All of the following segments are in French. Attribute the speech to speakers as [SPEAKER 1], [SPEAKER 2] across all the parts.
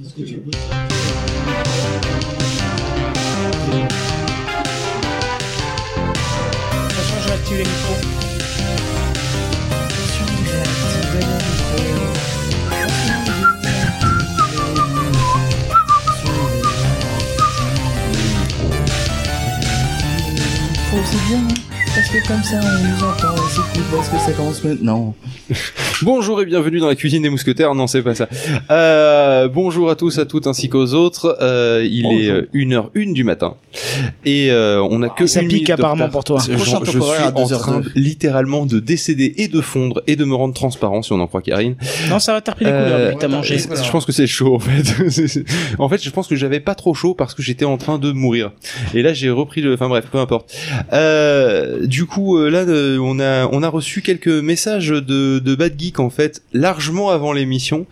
[SPEAKER 1] Est-ce que tu bosses
[SPEAKER 2] Attention, je vais activer les micros.
[SPEAKER 3] Oh, c'est bien, hein, parce que comme ça, on nous entend, et c'est cool, parce que ça commence maintenant.
[SPEAKER 4] Bonjour et bienvenue dans la cuisine des mousquetaires. Non, c'est pas ça. Euh, bonjour à tous, à toutes ainst ainsi qu'aux autres. Euh, il est euh, 1h01 du matin et euh, on a que
[SPEAKER 2] Ah, Ça
[SPEAKER 4] une
[SPEAKER 2] pique
[SPEAKER 4] minute de
[SPEAKER 2] apparemment
[SPEAKER 4] retard.
[SPEAKER 2] pour toi.
[SPEAKER 4] Je, je
[SPEAKER 3] Prochain
[SPEAKER 4] suis
[SPEAKER 3] temporaire à
[SPEAKER 4] en
[SPEAKER 3] 2h02.
[SPEAKER 4] train littéralement de décéder et de fondre et de me rendre transparent si on en croit Karine.
[SPEAKER 2] Non, ça va t'arrêter les
[SPEAKER 4] Euh,
[SPEAKER 2] couleurs vu que t'as
[SPEAKER 1] ouais,
[SPEAKER 2] mangé.
[SPEAKER 1] ouais,
[SPEAKER 4] Je pense que c'est chaud en fait. C'est- c'est- en fait, je pense que j'avais pas trop chaud parce que j'étais en train de mourir. Et là, j'ai repris le. Enfin bref, peu importe. Euh, du coup, euh, là, euh, on a on a reçu quelques messages de de Bad Geek en fait largement avant l'émission.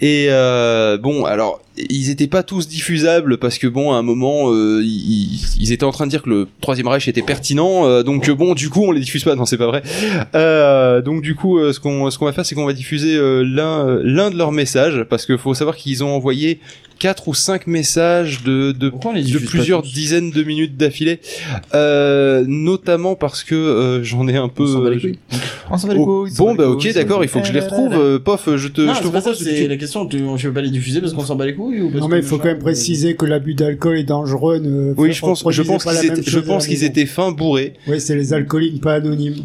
[SPEAKER 4] Et euh, bon, alors ils étaient pas tous diffusables parce que bon, à un moment, euh, ils, ils étaient en train de dire que le troisième Reich était pertinent. euh, donc euh, bon, du coup, on les diffuse pas. Non, c'est pas vrai. Euh, donc du coup, euh, ce qu'on ce qu'on va faire, c'est qu'on va diffuser euh, l'un euh, l'un de leurs messages parce que faut savoir qu'ils ont envoyé quatre ou cinq messages de de
[SPEAKER 3] Pourquoi on les
[SPEAKER 4] de
[SPEAKER 3] diffuse pas
[SPEAKER 4] plusieurs
[SPEAKER 3] tous
[SPEAKER 4] dizaines de minutes d'affilée, euh, notamment parce que euh, j'en ai un peu.
[SPEAKER 3] On s'en bat les couilles. On s'en va les
[SPEAKER 4] Oh,
[SPEAKER 3] couilles. on s'en
[SPEAKER 4] bon
[SPEAKER 3] bat les couilles,
[SPEAKER 4] bah ok
[SPEAKER 3] on s'en
[SPEAKER 4] d'accord,
[SPEAKER 3] bat
[SPEAKER 4] il faut que je les
[SPEAKER 3] couilles.
[SPEAKER 4] retrouve. euh, pof, je te
[SPEAKER 3] Non,
[SPEAKER 4] je te
[SPEAKER 3] c'est pas ça,
[SPEAKER 4] propose. que
[SPEAKER 3] c'est
[SPEAKER 4] tu-
[SPEAKER 3] la question, tu- on ne pas les diffuser parce qu'on s'en bat les couilles ou parce
[SPEAKER 1] Non mais
[SPEAKER 3] que
[SPEAKER 1] il faut quand même
[SPEAKER 3] machin,
[SPEAKER 1] préciser que l'abus d'alcool est dangereux. ne-
[SPEAKER 4] Oui, je pense, je
[SPEAKER 1] reproduisez
[SPEAKER 4] pense
[SPEAKER 1] pas la
[SPEAKER 4] qu'ils
[SPEAKER 1] même
[SPEAKER 4] étaient, je
[SPEAKER 1] chose à la
[SPEAKER 4] pense qu'ils
[SPEAKER 1] maison.
[SPEAKER 4] étaient fins bourrés.
[SPEAKER 1] Oui, c'est les alcooliques pas anonymes.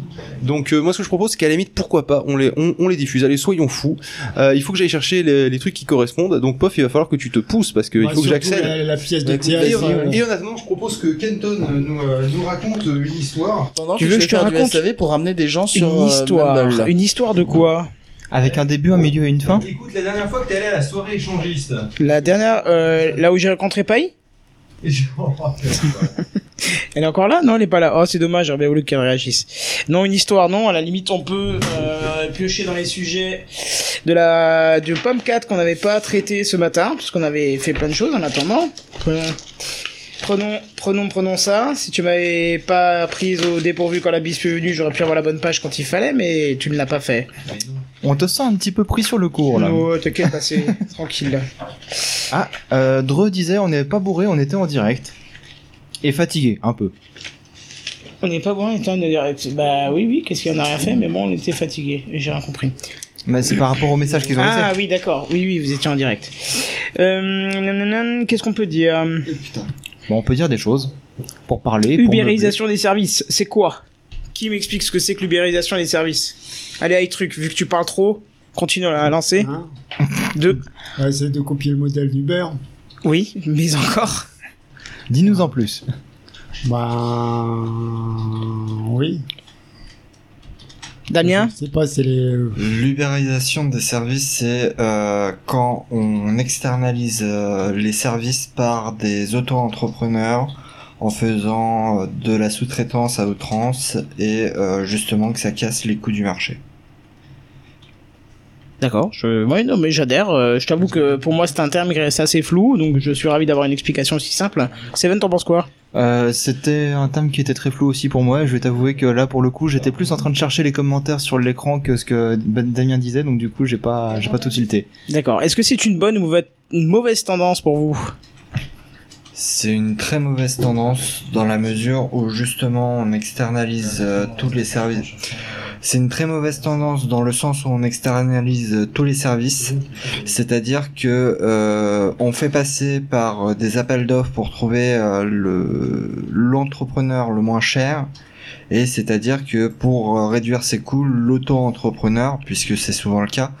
[SPEAKER 4] Donc euh, moi ce que je propose c'est qu'à la limite pourquoi pas on les on, on les diffuse. Allez soyons fous. Euh, il faut que j'aille chercher les, les trucs qui correspondent. Donc pof il va falloir que tu te pousses parce que
[SPEAKER 1] Bah,
[SPEAKER 4] il faut que
[SPEAKER 1] surtout
[SPEAKER 4] j'accède.
[SPEAKER 1] La, la pièce de
[SPEAKER 3] Bah, écoute,
[SPEAKER 1] théâtre.
[SPEAKER 3] vas-y,
[SPEAKER 4] Et, en-
[SPEAKER 3] euh,
[SPEAKER 4] et en attendant, je propose que Kenton euh, nous, euh, nous raconte euh, une histoire.
[SPEAKER 3] Pendant
[SPEAKER 2] Tu veux que je te
[SPEAKER 3] vais faire du
[SPEAKER 2] raconte
[SPEAKER 3] SAV pour ramener des gens sur
[SPEAKER 2] Une
[SPEAKER 3] euh,
[SPEAKER 2] histoire.
[SPEAKER 3] Mumble.
[SPEAKER 2] Une histoire de quoi
[SPEAKER 5] Avec un début, un milieu et une fin
[SPEAKER 4] Écoute, la dernière fois que t'es allé à la soirée échangiste.
[SPEAKER 2] La dernière, euh, là où j'ai rencontré Paille Elle est encore là Non, elle est pas là. Oh, c'est dommage, j'aurais bien voulu qu'elle réagisse. Non, une histoire, non. À la limite, on peut euh, piocher dans les sujets de la du PAM 4 qu'on n'avait pas traité ce matin, parce qu'on avait fait plein de choses en attendant. Prenons, prenons, prenons, prenons ça. Si tu m'avais pas prise au dépourvu quand la bise est venue, j'aurais pu avoir la bonne page quand il fallait, mais tu ne l'as pas fait.
[SPEAKER 5] On te sent un petit peu pris sur le cours là.
[SPEAKER 2] Non, t'inquiète, pas, c'est Oh, tranquille.
[SPEAKER 5] Ah, euh, Dreux disait on n'était pas bourré, on était en direct. Et fatigué, un peu.
[SPEAKER 2] On n'est pas bon, on était en direct. Bah oui, oui, qu'est-ce qu'il y en a rien fait, mais bon, on était fatigué. J'ai rien compris.
[SPEAKER 5] Mais c'est par rapport au message qu'ils ont
[SPEAKER 2] Ah
[SPEAKER 5] laissé.
[SPEAKER 2] oui, d'accord. Oui, oui, vous étiez en direct. Euh, nanana, Qu'est-ce qu'on peut dire
[SPEAKER 5] Bon, on peut dire des choses. Pour parler, pour meubler.
[SPEAKER 2] Ubérisation des services, c'est quoi Qui m'explique ce que c'est que l'ubérisation des services Allez, aïe truc, vu que tu parles trop, continue à la lancer.
[SPEAKER 1] Hein
[SPEAKER 2] Deux.
[SPEAKER 1] Ouais, c'est de copier le modèle d'Uber.
[SPEAKER 2] Oui, mais encore.
[SPEAKER 5] Dis-nous en plus.
[SPEAKER 1] Bah oui.
[SPEAKER 2] Damien
[SPEAKER 1] Je sais pas, c'est les. euh,
[SPEAKER 6] L'ubérisation des services, c'est euh, quand on externalise euh, les services par des auto-entrepreneurs en faisant euh, de la sous-traitance à outrance et euh, justement que ça casse les coûts du marché.
[SPEAKER 2] D'accord, je... ouais, non, mais j'adhère. Euh, je t'avoue que pour moi, c'est un terme qui reste assez flou, donc je suis ravi d'avoir une explication aussi simple. Seven, t'en penses quoi
[SPEAKER 5] Euh, C'était un terme qui était très flou aussi pour moi. et Je vais t'avouer que là, pour le coup, j'étais plus en train de chercher les commentaires sur l'écran que ce que Ben- Damien disait, donc du coup, j'ai pas, j'ai pas tout tilté.
[SPEAKER 2] D'accord. Est-ce que c'est une bonne ou mauvaise- une mauvaise tendance pour vous
[SPEAKER 6] C'est une très mauvaise tendance dans la mesure où justement on externalise euh, tous les services. C'est une très mauvaise tendance dans le sens où on externalise euh, tous les services, c'est-à-dire que euh, on fait passer par euh, des appels d'offres pour trouver euh, le l'entrepreneur le moins cher. Et c'est-à-dire que pour euh, réduire ses coûts, l'auto-entrepreneur, puisque c'est souvent le cas,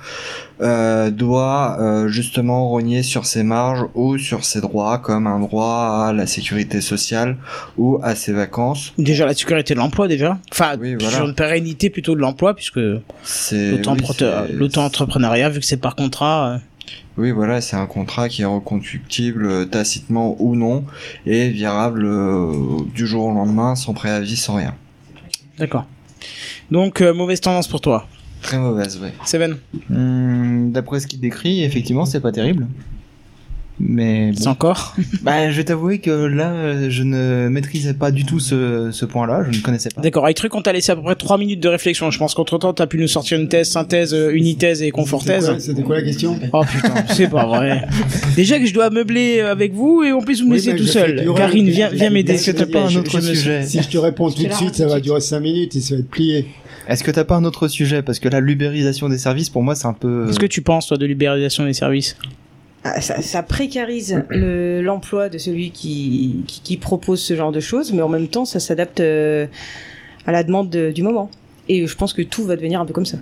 [SPEAKER 6] euh, doit euh, justement rogner sur ses marges ou sur ses droits, comme un droit à la sécurité sociale ou à ses vacances.
[SPEAKER 2] Déjà la sécurité de l'emploi déjà. Enfin,
[SPEAKER 6] Oui, voilà.
[SPEAKER 2] sur une pérennité plutôt de l'emploi puisque
[SPEAKER 6] C'est
[SPEAKER 2] l'auto-entrepreneur-
[SPEAKER 6] oui, c'est-
[SPEAKER 2] l'auto-entrepreneuriat vu que c'est par contrat. euh,
[SPEAKER 6] Oui, voilà, c'est un contrat qui est reconductible euh, tacitement ou non et virable euh, du jour au lendemain sans préavis, sans rien.
[SPEAKER 2] D'accord. Donc euh, mauvaise tendance pour toi,
[SPEAKER 6] Très mauvaise, oui.
[SPEAKER 2] Seven.
[SPEAKER 5] Hmm, Hum, D'après ce qu'il décrit, effectivement, c'est pas terrible. Mais bon.
[SPEAKER 2] C'est encore
[SPEAKER 5] bah, je vais t'avouer que là, euh, je ne maîtrisais pas du tout ce, ce point-là, je ne connaissais pas.
[SPEAKER 2] D'accord, avec truc, on t'a laissé à peu près 3 minutes de réflexion. Je pense qu'entre-temps, t'as pu nous sortir une thèse, synthèse, euh, unithèse et
[SPEAKER 1] C'était quoi-
[SPEAKER 2] conforthèse.
[SPEAKER 1] C'était quoi la question
[SPEAKER 2] Oh putain, c'est pas vrai. Déjà que je dois meubler euh, avec vous et en plus vous me
[SPEAKER 1] Oui,
[SPEAKER 2] laissez
[SPEAKER 1] mais
[SPEAKER 2] tout
[SPEAKER 1] je fais
[SPEAKER 2] seul.
[SPEAKER 1] du
[SPEAKER 2] Karine,
[SPEAKER 1] rôle.
[SPEAKER 2] viens, viens m'aider.
[SPEAKER 1] Est-ce
[SPEAKER 2] s'il
[SPEAKER 1] que
[SPEAKER 2] te
[SPEAKER 1] t'as
[SPEAKER 2] plaît.
[SPEAKER 5] pas un
[SPEAKER 2] Je-
[SPEAKER 5] autre
[SPEAKER 2] je me-
[SPEAKER 5] sujet
[SPEAKER 1] Si je te réponds tout de suite, ça va durer 5 minutes et ça va être plié.
[SPEAKER 5] Est-ce que t'as pas un autre sujet Parce que là, l'ubérisation des services, pour moi, c'est un peu. euh,
[SPEAKER 2] Qu'est-ce que tu penses, toi, de libéralisation des services
[SPEAKER 7] Ah, ça, ça précarise le- l'emploi de celui qui, qui, qui propose ce genre de choses, mais en même temps, ça s'adapte euh, à la demande de- du moment. Et je pense que tout va devenir un peu comme ça.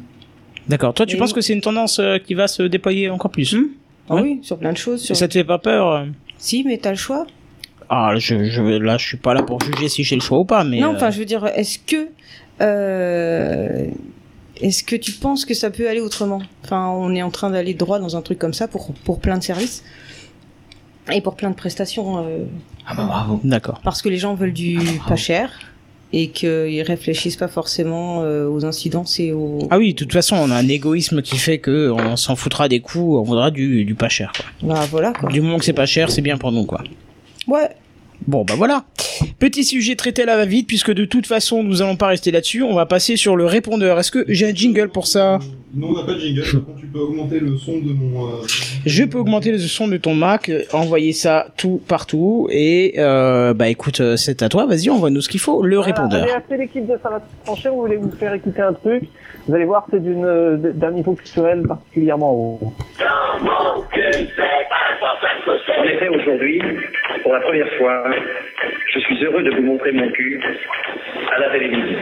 [SPEAKER 2] D'accord. Toi, tu
[SPEAKER 7] Mais
[SPEAKER 2] penses
[SPEAKER 7] oui.
[SPEAKER 2] que c'est une tendance euh, qui va se déployer encore plus
[SPEAKER 7] Ah
[SPEAKER 2] Ouais.
[SPEAKER 7] oui, sur plein de choses.
[SPEAKER 2] Et
[SPEAKER 7] Sur...
[SPEAKER 2] Ça te fait pas peur euh
[SPEAKER 7] Si, mais t'as le choix.
[SPEAKER 2] Ah, je, je, là, je suis pas là pour juger si j'ai le choix ou pas, mais.
[SPEAKER 7] non,
[SPEAKER 2] euh,
[SPEAKER 7] enfin, je veux dire, est-ce que euh, est-ce que tu penses que ça peut aller autrement Enfin, on est en train d'aller droit dans un truc comme ça pour pour plein de services et pour plein de prestations, euh,
[SPEAKER 8] Ah bah bravo.
[SPEAKER 2] D'accord.
[SPEAKER 7] parce que les gens veulent du
[SPEAKER 2] Ah,
[SPEAKER 7] pas cher et qu'ils réfléchissent pas forcément euh, aux incidences et aux
[SPEAKER 2] Ah oui, de toute façon, on a un égoïsme qui fait que on s'en foutra des coups, on voudra du, du pas cher. Quoi.
[SPEAKER 7] Bah, voilà quoi.
[SPEAKER 2] Du moment que c'est pas cher, c'est bien pour nous, quoi.
[SPEAKER 7] Ouais,
[SPEAKER 2] Bon, bah voilà. Petit sujet traité à la va-vite, puisque de toute façon, nous allons pas rester là-dessus. On va passer sur le répondeur. Est-ce que j'ai un jingle pour ça
[SPEAKER 4] Non, on n'a pas de jingle. Par contre, tu peux augmenter le son de mon. euh,
[SPEAKER 2] Je peux augmenter le son de ton Mac, euh, envoyer ça tout partout, et euh, bah écoute, euh, c'est à toi. Vas-y, envoie-nous ce qu'il faut. Le répondeur.
[SPEAKER 9] Euh, Allez, appelez l'équipe de Sarah Trancher, vous voulez vous faire écouter un truc. Vous allez voir, c'est d'une, euh, d'un niveau culturel particulièrement haut.
[SPEAKER 10] En effet, aujourd'hui, pour la première fois, je suis heureux de vous montrer mon cul à la télévision.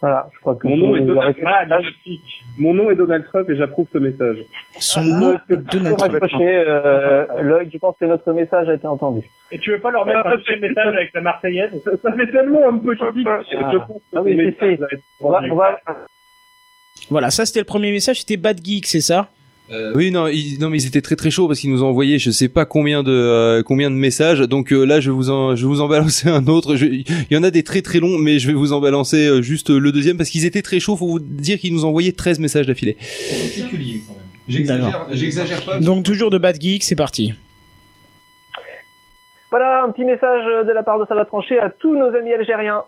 [SPEAKER 9] Voilà, je crois que
[SPEAKER 11] Mon
[SPEAKER 9] tout le
[SPEAKER 11] nom est
[SPEAKER 9] monde
[SPEAKER 11] Donald
[SPEAKER 9] aurait-
[SPEAKER 11] Trump. Mon nom est Donald Trump et j'approuve ce message.
[SPEAKER 2] Son
[SPEAKER 9] Euh,
[SPEAKER 2] nom, Donald
[SPEAKER 9] Sarah
[SPEAKER 2] Trump.
[SPEAKER 9] Trancher, euh, Lloyd, je pense que notre message a été entendu.
[SPEAKER 11] Et tu veux pas leur mettre un petit message avec la Marseillaise ça, ça fait tellement un peu chic. Je pense que
[SPEAKER 9] Ah oui, si,
[SPEAKER 11] ce message
[SPEAKER 9] si.
[SPEAKER 11] va être
[SPEAKER 9] On va,
[SPEAKER 11] vendu.
[SPEAKER 9] on va-
[SPEAKER 2] Voilà, ça c'était le premier message. C'était Bad Geek, c'est ça
[SPEAKER 4] Oui, non, ils, non, mais ils étaient très très chauds parce qu'ils nous ont envoyé je sais pas combien de euh, combien de messages. Donc euh, là, je vous en je vous en balancer un autre. Je- Il y en a des très très longs, mais je vais vous en balancer euh, juste le deuxième parce qu'ils étaient très chauds. Faut vous dire qu'ils nous ont envoyé 13 messages d'affilée.
[SPEAKER 8] Particulier quand même.
[SPEAKER 2] J'exagère-
[SPEAKER 8] j'exagère pas.
[SPEAKER 2] Donc toujours de Bad Geek, c'est parti.
[SPEAKER 9] voilà un petit message de la part de Sarah Trancher à tous nos amis algériens.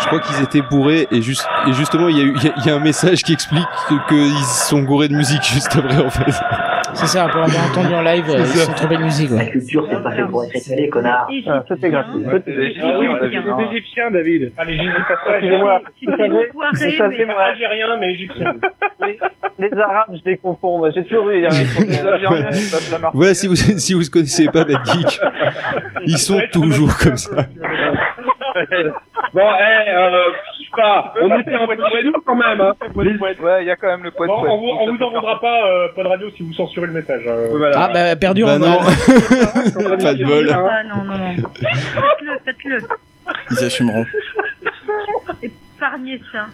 [SPEAKER 4] Je crois qu'ils étaient bourrés et juste et justement il y a eu il y a- il y, a un message qui explique qu'ils sont gourés de musique juste après en fait.
[SPEAKER 2] C'est ça, pour l'avoir entendu en live, euh, ils
[SPEAKER 4] ça.
[SPEAKER 2] sont trompés de musique. Ouais.
[SPEAKER 10] culture, c'est pas fait pour être étalé, connard.
[SPEAKER 9] Ah, ça c'est gratuit.
[SPEAKER 11] Ah oui, c'est
[SPEAKER 9] hein.
[SPEAKER 11] les Égyptiens, David. Ah, les Égyptiens,
[SPEAKER 9] Excusez-moi, vous savez, vous
[SPEAKER 11] C'est
[SPEAKER 9] savez, moi,
[SPEAKER 11] Algériens, mais Égyptiens.
[SPEAKER 9] les Arabes, je les confonds, moi, j'ai toujours eu. hein, les Algériens, les peuples la Marseille.
[SPEAKER 4] Voilà si vous si vous connaissez pas Bad Geek, ils sont toujours comme ça.
[SPEAKER 11] Bon, eh, euh, je sais pas, on était un peu près nous quand même. Hein.
[SPEAKER 9] Ouais, il y a quand même le poids de poids.
[SPEAKER 11] en voudra pas, euh, de radio, si vous censurez le message. hein.
[SPEAKER 2] Ah
[SPEAKER 11] Euh,
[SPEAKER 2] bah perdu
[SPEAKER 4] Bah
[SPEAKER 2] en
[SPEAKER 4] non, pas de bol.
[SPEAKER 12] Ah non, non, non. Faites-le, faites-le.
[SPEAKER 13] Ils assumeront.
[SPEAKER 12] Épargnez ça.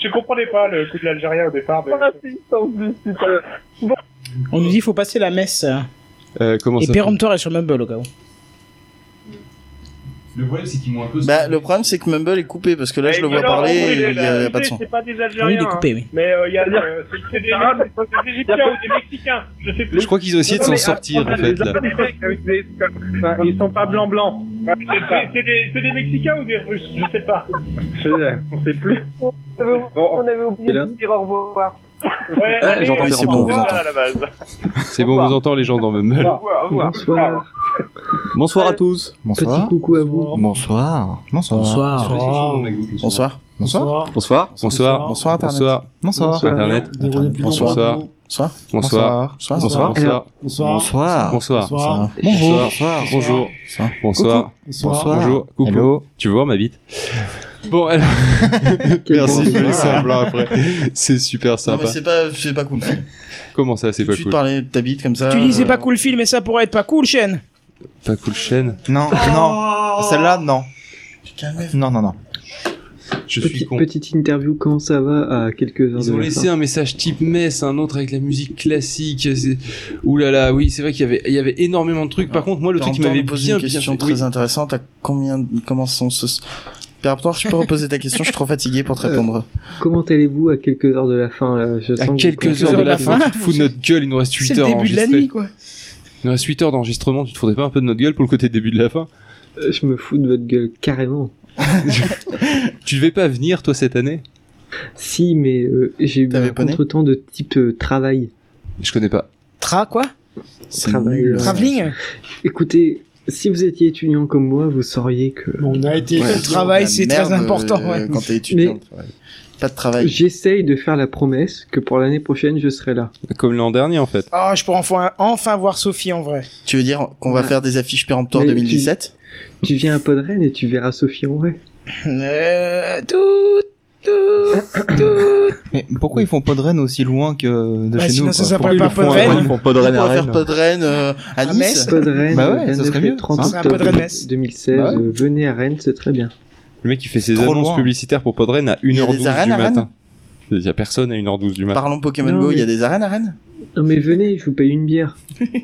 [SPEAKER 11] Je comprenais pas le coup de l'Algérien au départ.
[SPEAKER 2] On nous dit faut passer la messe. hein.
[SPEAKER 4] Euh, comment
[SPEAKER 2] Et
[SPEAKER 4] ça
[SPEAKER 2] péremptoire est sur Mumble au cas où.
[SPEAKER 8] Le problème, c'est qu'ils m'ont un peu.
[SPEAKER 13] Bah, le problème, c'est que Mumble est coupé parce que là, je le vois parler et il y a pas de son.
[SPEAKER 11] bah, C'est pas des
[SPEAKER 2] Oui, il
[SPEAKER 11] Algériens.
[SPEAKER 2] est coupé, oui.
[SPEAKER 11] hein. Mais euh, il y a euh, c'est- c'est des Arabes, c'est des Égyptiens ou des Mexicains. Je sais plus.
[SPEAKER 4] Je crois qu'ils ont essayé de
[SPEAKER 11] Non,
[SPEAKER 4] s'en
[SPEAKER 11] mais,
[SPEAKER 4] sortir
[SPEAKER 11] attends,
[SPEAKER 4] en fait
[SPEAKER 11] les
[SPEAKER 4] là.
[SPEAKER 11] Arabes, avec des- enfin, Ils sont pas blanc blanc. C'est des, c'est des Mexicains ou des Russes Je sais pas. on sait plus.
[SPEAKER 9] On avait oublié de dire au revoir.
[SPEAKER 11] Ouais,
[SPEAKER 1] Ah,
[SPEAKER 13] allez, j'entends, c'est bon, on vous entend.
[SPEAKER 11] À la base.
[SPEAKER 4] C'est bon, on vous entend les gens dans Mumble.
[SPEAKER 11] Au revoir, au revoir.
[SPEAKER 4] Bonsoir à tous.
[SPEAKER 5] Bonsoir.
[SPEAKER 1] coucou à vous.
[SPEAKER 5] Bonsoir. Bonsoir.
[SPEAKER 1] Bonsoir.
[SPEAKER 13] Bonsoir. Bonsoir.
[SPEAKER 1] Bonsoir.
[SPEAKER 4] Bonsoir. Bonsoir. Bonsoir.
[SPEAKER 5] Bonsoir, Internet.
[SPEAKER 4] Euh,
[SPEAKER 5] Bonsoir.
[SPEAKER 4] Internet.
[SPEAKER 1] Déroulez plus
[SPEAKER 4] Bonsoir.
[SPEAKER 1] longtemps.
[SPEAKER 13] Bonsoir.
[SPEAKER 4] Bonsoir.
[SPEAKER 13] Bonsoir.
[SPEAKER 4] Bonsoir. Bonsoir.
[SPEAKER 8] Bonsoir.
[SPEAKER 1] Bonsoir.
[SPEAKER 4] Bonsoir.
[SPEAKER 1] Bonsoir.
[SPEAKER 4] Bonjour.
[SPEAKER 8] Bonsoir.
[SPEAKER 4] Bonjour.
[SPEAKER 13] Bonsoir.
[SPEAKER 4] Bonsoir.
[SPEAKER 1] Bonsoir.
[SPEAKER 4] Bonjour. Coucou.
[SPEAKER 5] Hello.
[SPEAKER 4] Tu vois ma bite Bon, alors... merci. Je vais laisser un blanc après. C'est super
[SPEAKER 13] Non, mais
[SPEAKER 4] sympa.
[SPEAKER 13] c'est pas, c'est pas cool.
[SPEAKER 4] Comment ça,
[SPEAKER 13] Tout
[SPEAKER 4] c'est
[SPEAKER 13] de
[SPEAKER 4] pas
[SPEAKER 13] suite
[SPEAKER 4] cool
[SPEAKER 13] parler de ta bite comme ça.
[SPEAKER 2] Tu dis c'est
[SPEAKER 13] euh,
[SPEAKER 2] pas cool film, mais ça pourrait être pas cool, chaîne.
[SPEAKER 4] Pas cool chaîne.
[SPEAKER 5] Non, non, celle-là, non. Non, non, non.
[SPEAKER 4] Je
[SPEAKER 14] Petit-
[SPEAKER 4] suis con.
[SPEAKER 14] Petite interview, comment ça va à quelques heures
[SPEAKER 4] Ils
[SPEAKER 14] de
[SPEAKER 4] ont
[SPEAKER 14] la
[SPEAKER 4] laissé
[SPEAKER 14] fin
[SPEAKER 4] un message type mess, un autre avec la musique classique. euh, c'est- Ouh là là, oui, c'est vrai qu'il y avait, il y avait énormément de trucs. Par contre, moi, le truc qui m'avait
[SPEAKER 3] posé
[SPEAKER 4] bien,
[SPEAKER 3] Ah, une
[SPEAKER 4] bien
[SPEAKER 3] question
[SPEAKER 4] fait-
[SPEAKER 3] très
[SPEAKER 4] oui.
[SPEAKER 3] intéressante. À combien, comment sont ce Péraptor, je peux reposer ta question, je suis trop fatigué pour te
[SPEAKER 14] Euh,
[SPEAKER 3] répondre.
[SPEAKER 14] Comment allez-vous à quelques heures de la fin là Je
[SPEAKER 4] À
[SPEAKER 14] sens que
[SPEAKER 4] quelques
[SPEAKER 14] vous-
[SPEAKER 4] heures de la fin, tu te fous de notre gueule, il nous reste 8
[SPEAKER 2] C'est le
[SPEAKER 4] heures
[SPEAKER 2] début de la
[SPEAKER 4] enregistrées.
[SPEAKER 2] nuit, quoi.
[SPEAKER 4] Il nous reste 8 heures d'enregistrement, tu te faudrais pas un peu de notre gueule pour le côté début de la fin
[SPEAKER 14] Euh, Je me fous de votre gueule, carrément.
[SPEAKER 4] Tu devais pas venir, toi, cette année
[SPEAKER 14] Si, mais euh, j'ai eu un
[SPEAKER 4] pas né
[SPEAKER 14] contre-temps de type euh, travail.
[SPEAKER 4] Je connais pas.
[SPEAKER 2] Tra quoi
[SPEAKER 14] Travail.
[SPEAKER 2] nul.
[SPEAKER 14] euh,
[SPEAKER 2] Travelling
[SPEAKER 14] Écoutez, si vous étiez étudiant comme moi, vous sauriez que.
[SPEAKER 1] On a été.
[SPEAKER 2] Le travail, c'est très important,
[SPEAKER 3] euh,
[SPEAKER 2] ouais.
[SPEAKER 3] Pas de travail.
[SPEAKER 14] J'essaye de faire la promesse que pour l'année prochaine, je serai là.
[SPEAKER 4] Comme l'an dernier, en fait.
[SPEAKER 2] Ah, je pourrais enfin, enfin voir Sophie en vrai.
[SPEAKER 3] Tu veux dire qu'on va
[SPEAKER 14] Ouais.
[SPEAKER 3] faire des affiches péremptoires
[SPEAKER 14] Mais
[SPEAKER 3] 2017
[SPEAKER 14] Tu, tu viens à Podren et tu verras Sophie en vrai.
[SPEAKER 2] Euh, tout, tout, tout.
[SPEAKER 5] Mais pourquoi ils font Podren aussi loin que de
[SPEAKER 2] Bah,
[SPEAKER 5] chez
[SPEAKER 2] sinon,
[SPEAKER 5] nous
[SPEAKER 2] ça
[SPEAKER 5] quoi
[SPEAKER 2] s'appelle
[SPEAKER 5] Pourquoi
[SPEAKER 2] pas Podren.
[SPEAKER 5] ils font Podren
[SPEAKER 3] On
[SPEAKER 5] à
[SPEAKER 3] va faire
[SPEAKER 5] Rennes
[SPEAKER 3] Podren euh, à
[SPEAKER 2] À
[SPEAKER 3] Nice
[SPEAKER 14] Podren,
[SPEAKER 5] Bah ouais,
[SPEAKER 14] le
[SPEAKER 5] ça serait
[SPEAKER 14] 29
[SPEAKER 5] mieux.
[SPEAKER 14] et 30
[SPEAKER 2] Ça serait un Podren Metz.
[SPEAKER 14] octobre 2016.
[SPEAKER 4] Bah ouais.
[SPEAKER 14] euh, Venez à Rennes, c'est très bien.
[SPEAKER 4] Le mec, il fait ses
[SPEAKER 5] Trop
[SPEAKER 4] annonces
[SPEAKER 5] loin.
[SPEAKER 4] publicitaires pour Podren à
[SPEAKER 3] y a
[SPEAKER 4] 1h12
[SPEAKER 3] des arènes
[SPEAKER 4] du
[SPEAKER 3] à Rennes
[SPEAKER 4] matin. Il y a personne à 1h12 du matin.
[SPEAKER 3] Parlons Pokémon
[SPEAKER 14] Non,
[SPEAKER 3] Go, il y a
[SPEAKER 14] mais-
[SPEAKER 3] des arènes à Rennes
[SPEAKER 14] Non mais venez, je vous paye une bière.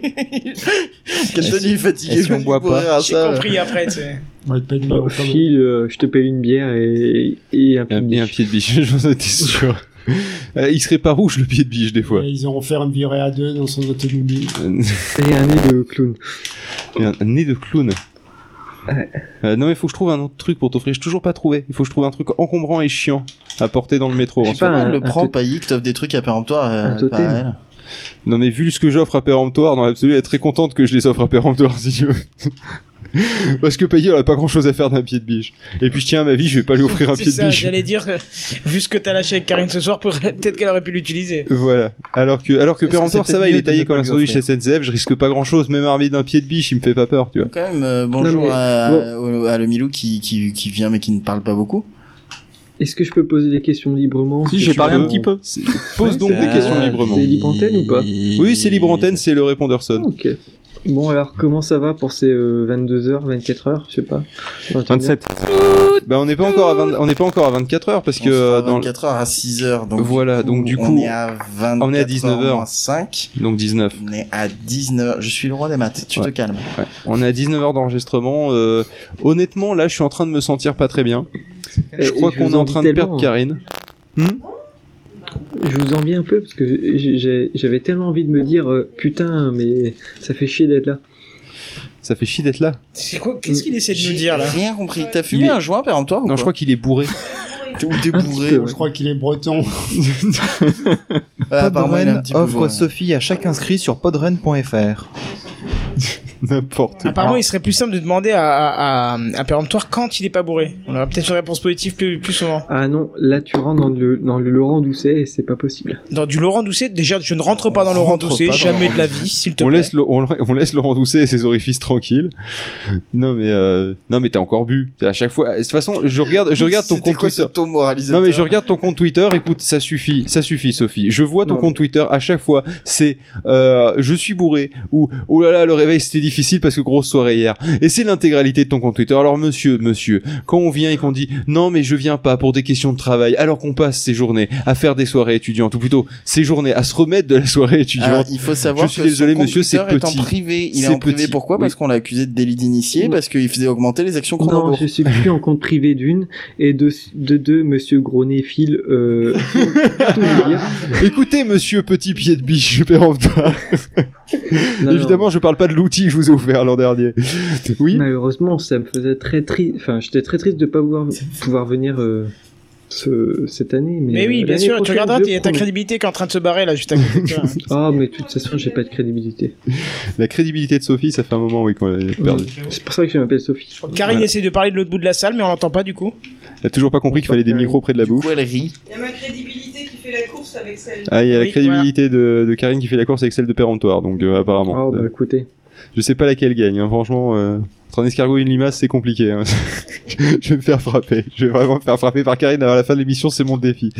[SPEAKER 3] Quelqu'un est fatigué,
[SPEAKER 5] Et si on boit pas
[SPEAKER 2] J'ai compris après, tu sais.
[SPEAKER 1] On va te payer une
[SPEAKER 14] Au
[SPEAKER 1] bière, quand même.
[SPEAKER 14] fil, euh, je te paye une bière et, et un
[SPEAKER 4] Et
[SPEAKER 14] pied
[SPEAKER 4] un,
[SPEAKER 14] de
[SPEAKER 4] et un
[SPEAKER 14] biche.
[SPEAKER 4] pied de biche, j'en étais sûr. Euh, il serait pas rouge, le pied de biche, des fois.
[SPEAKER 1] Et Ils auront faire une virée à deux dans son automobile.
[SPEAKER 14] et un nez de clown.
[SPEAKER 4] Et un, un nez de clown. Euh, non mais faut que je trouve un autre truc pour t'offrir. J'ai toujours pas trouvé. Il faut que je trouve un truc encombrant et chiant à porter dans le métro.
[SPEAKER 3] Je
[SPEAKER 4] en
[SPEAKER 3] sais
[SPEAKER 4] fait.
[SPEAKER 14] pas, euh,
[SPEAKER 3] pas,
[SPEAKER 14] un-
[SPEAKER 3] le
[SPEAKER 14] un
[SPEAKER 3] prend,
[SPEAKER 14] tot-
[SPEAKER 3] Paillic, t'offre des trucs à péremptoire.
[SPEAKER 14] Un
[SPEAKER 3] euh,
[SPEAKER 14] totem.
[SPEAKER 3] pas à elle.
[SPEAKER 4] Non mais vu ce que j'offre à péremptoire, dans l'absolu, elle est très contente que je les offre à péremptoire si tu veux. Parce que payer, elle a pas grand chose à faire d'un pied de biche. Et puis je tiens à ma vie, je vais pas lui offrir un
[SPEAKER 2] C'est
[SPEAKER 4] pied de
[SPEAKER 2] ça,
[SPEAKER 4] biche.
[SPEAKER 2] j'allais dire, euh, vu ce que t'as lâché avec Karine ce soir, pour- peut-être qu'elle aurait pu l'utiliser.
[SPEAKER 4] Voilà. Alors que, alors que
[SPEAKER 5] Est-ce que
[SPEAKER 4] péremptoire,
[SPEAKER 5] c'est
[SPEAKER 4] ça va, il
[SPEAKER 5] peut-être mieux
[SPEAKER 4] est
[SPEAKER 5] de
[SPEAKER 4] taillé
[SPEAKER 5] ne pas
[SPEAKER 4] comme un
[SPEAKER 5] lui
[SPEAKER 4] sandwich
[SPEAKER 5] offrir
[SPEAKER 4] SNCF, je risque pas grand chose. Même armé d'un pied de biche, il me fait pas peur, tu vois.
[SPEAKER 3] Quand même, euh, bonjour
[SPEAKER 14] mais-
[SPEAKER 3] à, au- à le Milou qui, qui, qui vient mais qui ne parle pas beaucoup.
[SPEAKER 14] Est-ce que je peux poser des questions librement
[SPEAKER 4] Si, j'ai parlé un petit peu. Pose donc des
[SPEAKER 5] Euh,
[SPEAKER 4] questions librement.
[SPEAKER 14] C'est libre antenne ou pas
[SPEAKER 4] Oui, c'est libre antenne, c'est le répondeur
[SPEAKER 14] Ah,
[SPEAKER 4] sonne.
[SPEAKER 14] Ok. Bon alors, comment ça va pour ces euh, 22h, 24h, je sais pas. On va tenir.
[SPEAKER 4] 27. Bah, on n'est pas encore à 20 on n'est pas encore à 24 heures parce
[SPEAKER 3] on
[SPEAKER 4] que
[SPEAKER 3] sera
[SPEAKER 4] euh,
[SPEAKER 3] à
[SPEAKER 4] dans
[SPEAKER 3] 24 heures à 6 heures. Donc
[SPEAKER 4] Voilà, donc du coup,
[SPEAKER 3] on est à 24
[SPEAKER 4] on est à 19 heures.
[SPEAKER 3] moins 5.
[SPEAKER 4] donc 19.
[SPEAKER 3] On est à 19 Je suis le roi des maths. Tu
[SPEAKER 4] Ouais.
[SPEAKER 3] te calmes.
[SPEAKER 4] Ouais. On est à 19 heures d'enregistrement. euh, honnêtement, là, je suis en train de me sentir pas très bien.
[SPEAKER 14] Et-
[SPEAKER 4] Je crois
[SPEAKER 14] et je
[SPEAKER 4] qu'on
[SPEAKER 14] vous
[SPEAKER 4] est en train de
[SPEAKER 14] envie
[SPEAKER 4] perdre
[SPEAKER 14] tellement, hein.
[SPEAKER 4] Karine.
[SPEAKER 14] Je vous envie un peu parce que j'ai- j'ai- j'avais tellement envie de me dire euh, putain, mais ça fait chier d'être là.
[SPEAKER 4] Ça fait chier d'être là.
[SPEAKER 2] C'est quoi, qu'est-ce qu'il essaie de nous dire là
[SPEAKER 3] J'ai Rien compris. T'as fumé
[SPEAKER 4] Il est-
[SPEAKER 3] un joint péremptoire ou
[SPEAKER 4] Non, je crois qu'il est bourré.
[SPEAKER 3] que t'es
[SPEAKER 14] Un petit
[SPEAKER 3] bourré.
[SPEAKER 14] peu,
[SPEAKER 3] Ouais,
[SPEAKER 1] Je crois qu'il est breton.
[SPEAKER 5] euh,
[SPEAKER 3] apparemment, il est un
[SPEAKER 5] Podren
[SPEAKER 3] petit peu
[SPEAKER 5] offre
[SPEAKER 3] bourré.
[SPEAKER 5] Sophie à chaque inscrit sur podren.fr.
[SPEAKER 4] N'importe.
[SPEAKER 5] Ah.
[SPEAKER 2] Apparemment, il serait plus simple de demander à, à, à, à Péremptoire quand il est pas bourré. On aura peut-être une réponse positive plus, plus souvent.
[SPEAKER 14] Ah non, là tu rentres dans le, dans le Laurent Doucet et c'est pas possible.
[SPEAKER 2] Dans du Laurent Doucet, déjà, je ne rentre pas
[SPEAKER 3] On
[SPEAKER 2] dans Laurent
[SPEAKER 3] rentre
[SPEAKER 2] Doucet,
[SPEAKER 3] pas dans
[SPEAKER 2] jamais
[SPEAKER 3] Laurent
[SPEAKER 2] de la vie, s'il te
[SPEAKER 4] On
[SPEAKER 2] plaît.
[SPEAKER 4] laisse, le- on, le- on laisse Laurent Doucet et ses orifices tranquilles. Non mais euh, non mais t'as encore bu. C'est À chaque fois, de toute façon, je regarde, je regarde ton
[SPEAKER 3] C'était
[SPEAKER 4] compte
[SPEAKER 3] quoi ce
[SPEAKER 4] Twitter.
[SPEAKER 3] ton moralisateur Ah,
[SPEAKER 4] Non mais je regarde ton compte Twitter, écoute, ça suffit, ça suffit Sophie. Je vois ton
[SPEAKER 14] Non,
[SPEAKER 4] compte Twitter à chaque fois, c'est euh, je suis bourré ou oh là là le réveil c'était difficile parce que grosse soirée hier. Et c'est l'intégralité de ton compte Twitter. Alors monsieur, monsieur, quand on vient et qu'on dit non mais je viens pas pour des questions de travail, alors qu'on passe ces journées à faire des soirées étudiantes ou plutôt ces journées à se remettre de la soirée
[SPEAKER 3] Alors,
[SPEAKER 4] étudiante.
[SPEAKER 3] Ah, il faut savoir
[SPEAKER 4] Je suis
[SPEAKER 3] que
[SPEAKER 4] désolé,
[SPEAKER 3] son compte
[SPEAKER 4] monsieur, c'est
[SPEAKER 3] Twitter est en
[SPEAKER 4] petit.
[SPEAKER 3] privé. Il est,
[SPEAKER 4] C'est
[SPEAKER 3] en privé
[SPEAKER 4] petit,
[SPEAKER 3] pourquoi
[SPEAKER 4] oui.
[SPEAKER 3] Parce qu'on l'a accusé de délit d'initié,
[SPEAKER 14] Oui.
[SPEAKER 3] parce qu'il faisait augmenter les actions qu'on
[SPEAKER 14] non, je suis plus en compte privé d'une et de, de deux, monsieur Gronet file. Euh, tout vous dire.
[SPEAKER 4] Écoutez monsieur petit pied de biche, je perds en toi.
[SPEAKER 14] Non, non.
[SPEAKER 4] Évidemment, je parle pas de l'outil que je vous ai offert l'an dernier. Oui.
[SPEAKER 14] Malheureusement, ça me faisait très triste. Enfin, j'étais très triste de pas pouvoir, pouvoir venir euh, ce- cette année. Mais,
[SPEAKER 2] Mais
[SPEAKER 14] euh,
[SPEAKER 2] oui, bien
[SPEAKER 14] l'année
[SPEAKER 2] sûr, tu
[SPEAKER 14] prochaine,
[SPEAKER 2] regarderas,
[SPEAKER 14] je
[SPEAKER 2] t'as hein. ta
[SPEAKER 14] promets.
[SPEAKER 2] crédibilité qui est en train de se barrer là, juste à côté de toi.
[SPEAKER 14] Ah, mais de toute façon, j'ai pas de crédibilité.
[SPEAKER 4] La crédibilité de Sophie, ça fait un moment oui qu'on l'a perdue.
[SPEAKER 14] C'est pour ça que je m'appelle Sophie.
[SPEAKER 2] Karine
[SPEAKER 4] Voilà.
[SPEAKER 2] essaie de parler de l'autre bout de la salle, mais on l'entend pas du coup.
[SPEAKER 4] Elle a toujours pas compris qu'il fallait des micros près de la
[SPEAKER 3] euh, Du
[SPEAKER 4] bouche.
[SPEAKER 3] coup, elle rit.
[SPEAKER 15] Il y a ma crédibilité qui fait la course avec celle.
[SPEAKER 4] Ah, il y a la
[SPEAKER 2] Oui,
[SPEAKER 4] crédibilité de, de Karine qui fait la course avec celle de Péremptoire, donc euh, apparemment.
[SPEAKER 14] Oh, bah
[SPEAKER 4] Euh,
[SPEAKER 14] écoutez.
[SPEAKER 4] Je sais pas laquelle gagne, hein, franchement. Euh, entre un escargot et une limace, c'est compliqué. hein. je vais me faire frapper. Je vais vraiment me faire frapper par Karine à la fin de l'émission, c'est mon défi.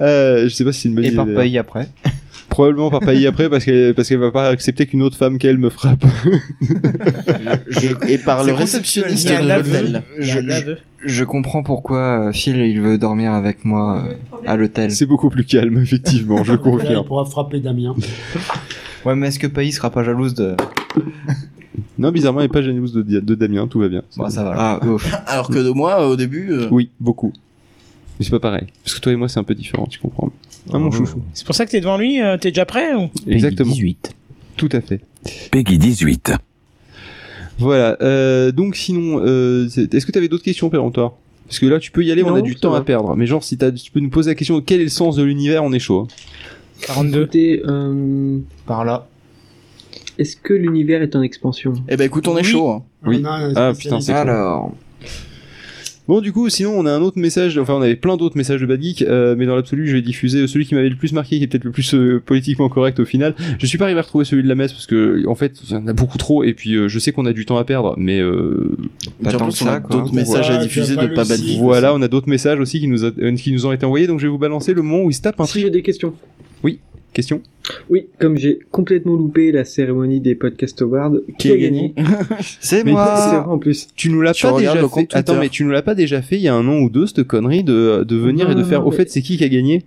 [SPEAKER 4] Euh, je sais pas si c'est une bonne
[SPEAKER 5] Et
[SPEAKER 4] idée.
[SPEAKER 5] par
[SPEAKER 4] d'ailleurs.
[SPEAKER 5] paye après.
[SPEAKER 4] Probablement par Pailly après parce qu'elle parce qu'elle va pas accepter qu'une autre femme qu'elle me frappe.
[SPEAKER 6] et par le réceptionniste de l'hôtel.
[SPEAKER 5] Je-
[SPEAKER 6] Je comprends pourquoi euh, Phil il veut dormir avec moi euh, à l'hôtel.
[SPEAKER 4] C'est beaucoup plus calme, effectivement, je
[SPEAKER 1] Là, il pourra frapper Damien.
[SPEAKER 5] Ouais, mais est-ce que Pailly sera pas jalouse de.
[SPEAKER 4] Non, bizarrement, elle n'est pas jalouse de, Dia- de Damien, tout va bien.
[SPEAKER 5] ça va.
[SPEAKER 4] Alors que de moi, au début.
[SPEAKER 2] Euh.
[SPEAKER 13] euh,
[SPEAKER 4] Oui, beaucoup. Mais c'est pas pareil. Parce que toi et moi, c'est un peu différent, tu comprends. Ah,
[SPEAKER 2] Mmh.
[SPEAKER 4] mon chouchou.
[SPEAKER 2] C'est pour ça que t'es devant lui, euh, t'es déjà prêt ou
[SPEAKER 4] Exactement. 18. Tout à fait. Peggy 18. Voilà. euh, donc, sinon, euh, c'est- est-ce que tu avais d'autres questions, péremptoires Parce que là, tu peux y aller, on
[SPEAKER 14] Non,
[SPEAKER 4] a du
[SPEAKER 14] ça
[SPEAKER 4] temps
[SPEAKER 14] va.
[SPEAKER 4] à perdre. Mais genre, si t'as- tu peux nous poser la question quel est le sens de l'univers, on est chaud. hein.
[SPEAKER 2] 42.
[SPEAKER 5] Par là.
[SPEAKER 14] euh, Est-ce que l'univers est en expansion
[SPEAKER 6] Eh ben écoute, on est chaud. hein.
[SPEAKER 4] Oui. Ah putain, c'est
[SPEAKER 6] Alors.
[SPEAKER 4] Bon, du coup, sinon, on a un autre message, enfin, on avait plein d'autres messages de Bad Geek, euh, mais dans l'absolu, je vais diffuser celui qui m'avait le plus marqué, qui est peut-être le plus euh, politiquement correct au final. Je suis pas arrivé à retrouver celui de la messe, parce que, en fait, il y en a beaucoup trop, et puis euh, je sais qu'on a du temps à perdre, mais... Euh,
[SPEAKER 6] Pas Puis en tant plus, que on a ça, quoi. d'autres messages à Ouais, diffuser puis il y a de pas pas le Bad Geek. site
[SPEAKER 4] Voilà, on a d'autres messages aussi qui nous, a- euh, qui nous ont été envoyés, donc je vais vous balancer le moment où il se tape un
[SPEAKER 14] Si j'ai des questions.
[SPEAKER 4] Oui, question
[SPEAKER 14] Oui, comme j'ai complètement loupé la cérémonie des Podcast Awards, qui, a gagné
[SPEAKER 6] C'est
[SPEAKER 14] Mais
[SPEAKER 6] moi.
[SPEAKER 14] c'est vrai en plus.
[SPEAKER 4] Tu nous l'as
[SPEAKER 14] Tu
[SPEAKER 4] pas
[SPEAKER 14] regardes
[SPEAKER 4] déjà
[SPEAKER 14] le
[SPEAKER 4] fait.
[SPEAKER 14] compte Twitter.
[SPEAKER 4] Attends, mais tu nous l'as pas déjà fait il y a un an ou deux, cette connerie de, de venir et de
[SPEAKER 14] Non,
[SPEAKER 4] faire, au
[SPEAKER 14] mais-
[SPEAKER 4] fait, c'est qui qui a gagné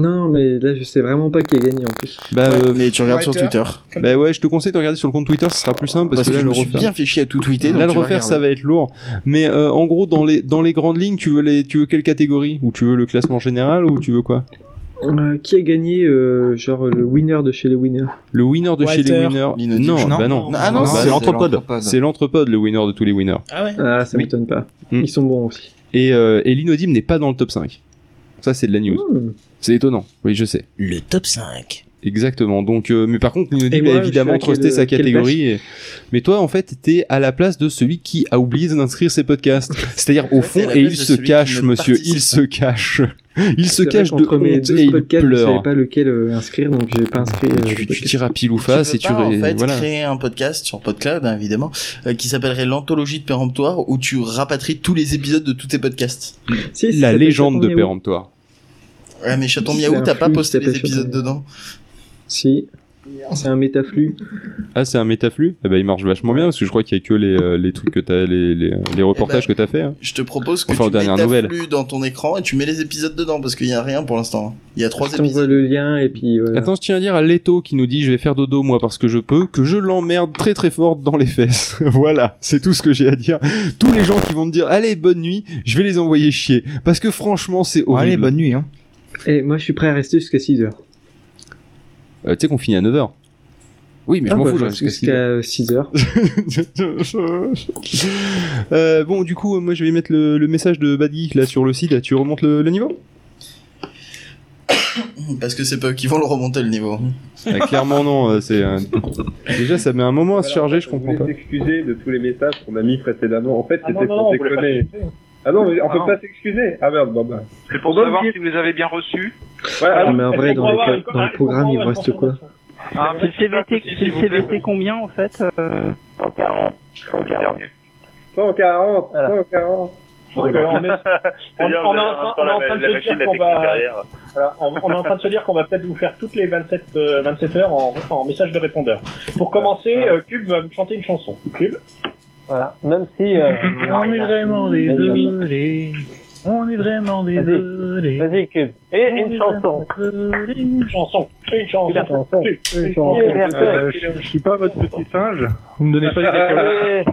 [SPEAKER 14] Non, mais là, je sais vraiment pas qui a gagné en plus.
[SPEAKER 4] Bah, euh,
[SPEAKER 6] mais tu regardes sur Twitter.
[SPEAKER 4] Bah ouais, je te conseille de regarder sur le compte Twitter, ce sera plus simple parce,
[SPEAKER 6] Parce que
[SPEAKER 4] là
[SPEAKER 6] je
[SPEAKER 4] le
[SPEAKER 6] me suis
[SPEAKER 4] refaire-
[SPEAKER 6] bien fait chier à tout tweeter,
[SPEAKER 4] Là
[SPEAKER 6] donc
[SPEAKER 4] le
[SPEAKER 6] tu vas
[SPEAKER 4] refaire,
[SPEAKER 6] regarder.
[SPEAKER 4] ça va être lourd. Mais euh, en gros, dans les dans les grandes lignes, tu veux les tu veux quelle catégorie Ou tu veux le classement général ou tu veux quoi
[SPEAKER 14] Euh, qui a gagné, euh, genre, le winner de chez les winners
[SPEAKER 4] Le winner de chez les
[SPEAKER 14] Walter.
[SPEAKER 4] winners
[SPEAKER 14] Lino
[SPEAKER 4] Non,
[SPEAKER 14] Duch.
[SPEAKER 4] bah
[SPEAKER 14] Non.
[SPEAKER 4] non.
[SPEAKER 14] Ah non,
[SPEAKER 4] Bah
[SPEAKER 14] c'est l'anthropode.
[SPEAKER 4] C'est l'anthropode, le winner de tous les winners. Mm.
[SPEAKER 2] Ah ouais
[SPEAKER 14] Ah, ça m'étonne pas. Ils sont bons aussi.
[SPEAKER 4] Et euh, et l'inaudible n'est pas dans le top 5. Ça c'est de la news.
[SPEAKER 2] Oh.
[SPEAKER 4] C'est étonnant. Oui, je sais.
[SPEAKER 2] Le top 5.
[SPEAKER 4] Exactement. Donc, euh, mais par contre,
[SPEAKER 14] Et
[SPEAKER 4] l'inaudible
[SPEAKER 14] moi, je
[SPEAKER 4] a
[SPEAKER 14] suis à
[SPEAKER 4] évidemment
[SPEAKER 14] quelle-
[SPEAKER 4] trusté sa
[SPEAKER 14] quelle
[SPEAKER 4] catégorie. et- Mais toi, en fait, t'es à la place de celui qui a oublié d'inscrire ses podcasts. C'est-à-dire
[SPEAKER 14] t'es
[SPEAKER 4] au
[SPEAKER 14] à
[SPEAKER 4] fond,
[SPEAKER 14] la
[SPEAKER 4] et
[SPEAKER 14] place
[SPEAKER 4] il
[SPEAKER 14] de
[SPEAKER 4] se
[SPEAKER 14] celui qui
[SPEAKER 4] cache,
[SPEAKER 14] ne
[SPEAKER 4] monsieur,
[SPEAKER 14] participe
[SPEAKER 4] il se cache. Il se
[SPEAKER 14] C'est vrai
[SPEAKER 4] cache de
[SPEAKER 14] qu'entre mes
[SPEAKER 4] honte
[SPEAKER 14] deux
[SPEAKER 4] et il
[SPEAKER 14] podcasts, Je
[SPEAKER 4] pleure.
[SPEAKER 14] savais pas lequel euh, inscrire, donc j'ai pas inscrit. euh,
[SPEAKER 4] Tu,
[SPEAKER 14] le
[SPEAKER 4] tu
[SPEAKER 14] podcast.
[SPEAKER 4] tires à pile ou face et
[SPEAKER 14] peux
[SPEAKER 4] tu
[SPEAKER 14] pas, en
[SPEAKER 4] ré-
[SPEAKER 14] fait,
[SPEAKER 4] voilà.
[SPEAKER 13] créer un podcast sur PodCloud, hein, évidemment, euh, qui s'appellerait l'anthologie de péremptoire, où tu rapatries tous les épisodes de tous tes podcasts.
[SPEAKER 4] la légende de péremptoire.
[SPEAKER 13] Ouais, mais Chaton
[SPEAKER 14] C'est
[SPEAKER 13] Miaou,
[SPEAKER 14] un
[SPEAKER 13] t'as pas
[SPEAKER 14] flux
[SPEAKER 13] posté
[SPEAKER 14] qui
[SPEAKER 13] les
[SPEAKER 14] s'appelle
[SPEAKER 13] épisodes
[SPEAKER 14] Chaton
[SPEAKER 13] dedans.
[SPEAKER 14] Si. C'est un métaflux.
[SPEAKER 4] Ah, c'est un métaflux Eh ben, il marche vachement bien parce que je crois qu'il y a que les, euh, les trucs que t'as, les, les,
[SPEAKER 14] Eh
[SPEAKER 4] les reportages
[SPEAKER 13] ben,
[SPEAKER 4] que t'as fait. hein.
[SPEAKER 13] Je te propose que
[SPEAKER 4] Enfin, aux
[SPEAKER 13] tu mets
[SPEAKER 4] dernières
[SPEAKER 13] ta
[SPEAKER 4] nouvelles.
[SPEAKER 13] flux dans ton écran et tu mets les épisodes dedans, parce qu'il y a rien pour l'instant. hein. Il y a trois
[SPEAKER 14] Je t'envoie
[SPEAKER 13] épisodes.
[SPEAKER 14] le lien et puis voilà.
[SPEAKER 4] Attends, je tiens à dire à Leto qui nous dit je vais faire dodo moi parce que je peux, que je l'emmerde très très fort dans les fesses. voilà, c'est tout ce que j'ai à dire. Tous les gens qui vont me dire allez bonne nuit, je vais les envoyer chier parce que franchement c'est horrible.
[SPEAKER 5] Allez, bonne nuit. Hein.
[SPEAKER 14] Et Eh, moi, je suis prêt à rester jusqu'à 6 heures.
[SPEAKER 4] Euh, tu sais qu'on finit à 9h. Oui, mais je
[SPEAKER 14] Ah,
[SPEAKER 4] m'en
[SPEAKER 14] bah,
[SPEAKER 4] fous, je reste jusqu'à six heures.
[SPEAKER 14] jusqu'à 6 heures.
[SPEAKER 4] Euh, bon, du coup, euh, moi je vais mettre le, le message de Bad Geek là sur le site. Là, tu remontes le, le niveau
[SPEAKER 13] Parce que c'est pas eux qui vont le remonter le niveau.
[SPEAKER 4] Ah, Clairement non, euh, c'est un- déjà ça met un moment à se charger, je comprends
[SPEAKER 11] voulais
[SPEAKER 4] pas.
[SPEAKER 11] s'excuser de tous les messages qu'on a mis précédemment. En fait,
[SPEAKER 16] Ah non,
[SPEAKER 11] c'était
[SPEAKER 16] non,
[SPEAKER 11] pour
[SPEAKER 16] non, on voulait pas
[SPEAKER 11] déconner. Ah non, mais on
[SPEAKER 16] Ah
[SPEAKER 11] peut
[SPEAKER 16] non.
[SPEAKER 11] pas s'excuser. Ah merde, bon bah.
[SPEAKER 16] C'est pour
[SPEAKER 11] On doit
[SPEAKER 16] savoir
[SPEAKER 11] dire-
[SPEAKER 16] si vous les avez bien reçus.
[SPEAKER 11] Voilà,
[SPEAKER 14] Ah, mais en vrai, dans,
[SPEAKER 16] Est-ce qu'on
[SPEAKER 14] le,
[SPEAKER 16] va-
[SPEAKER 14] dans le programme, il me reste quoi
[SPEAKER 16] Ah,
[SPEAKER 9] C'est le CVT, c'est le CVT combien en fait euh...
[SPEAKER 11] 140, 140.
[SPEAKER 16] Donc, euh, on est- on- on est en- on est en train de se dire qu'on va- voilà, on- on est en train de se dire qu'on va peut-être vous faire toutes les 27, euh, 27 heures en, en message de répondeur. Pour commencer, euh, Cube va me chanter une chanson. Cube
[SPEAKER 17] Voilà. Même si. euh,
[SPEAKER 16] On est vraiment désolé.
[SPEAKER 17] On est vraiment désolé. Vas-y, Cube. Et une chanson.
[SPEAKER 16] Une chanson. Une chanson.
[SPEAKER 17] Une chanson. Une chanson.
[SPEAKER 16] Euh,
[SPEAKER 17] je-
[SPEAKER 16] je suis pas votre petit singe. Vous me
[SPEAKER 17] donnez pas les
[SPEAKER 16] euh,
[SPEAKER 17] cacahuètes.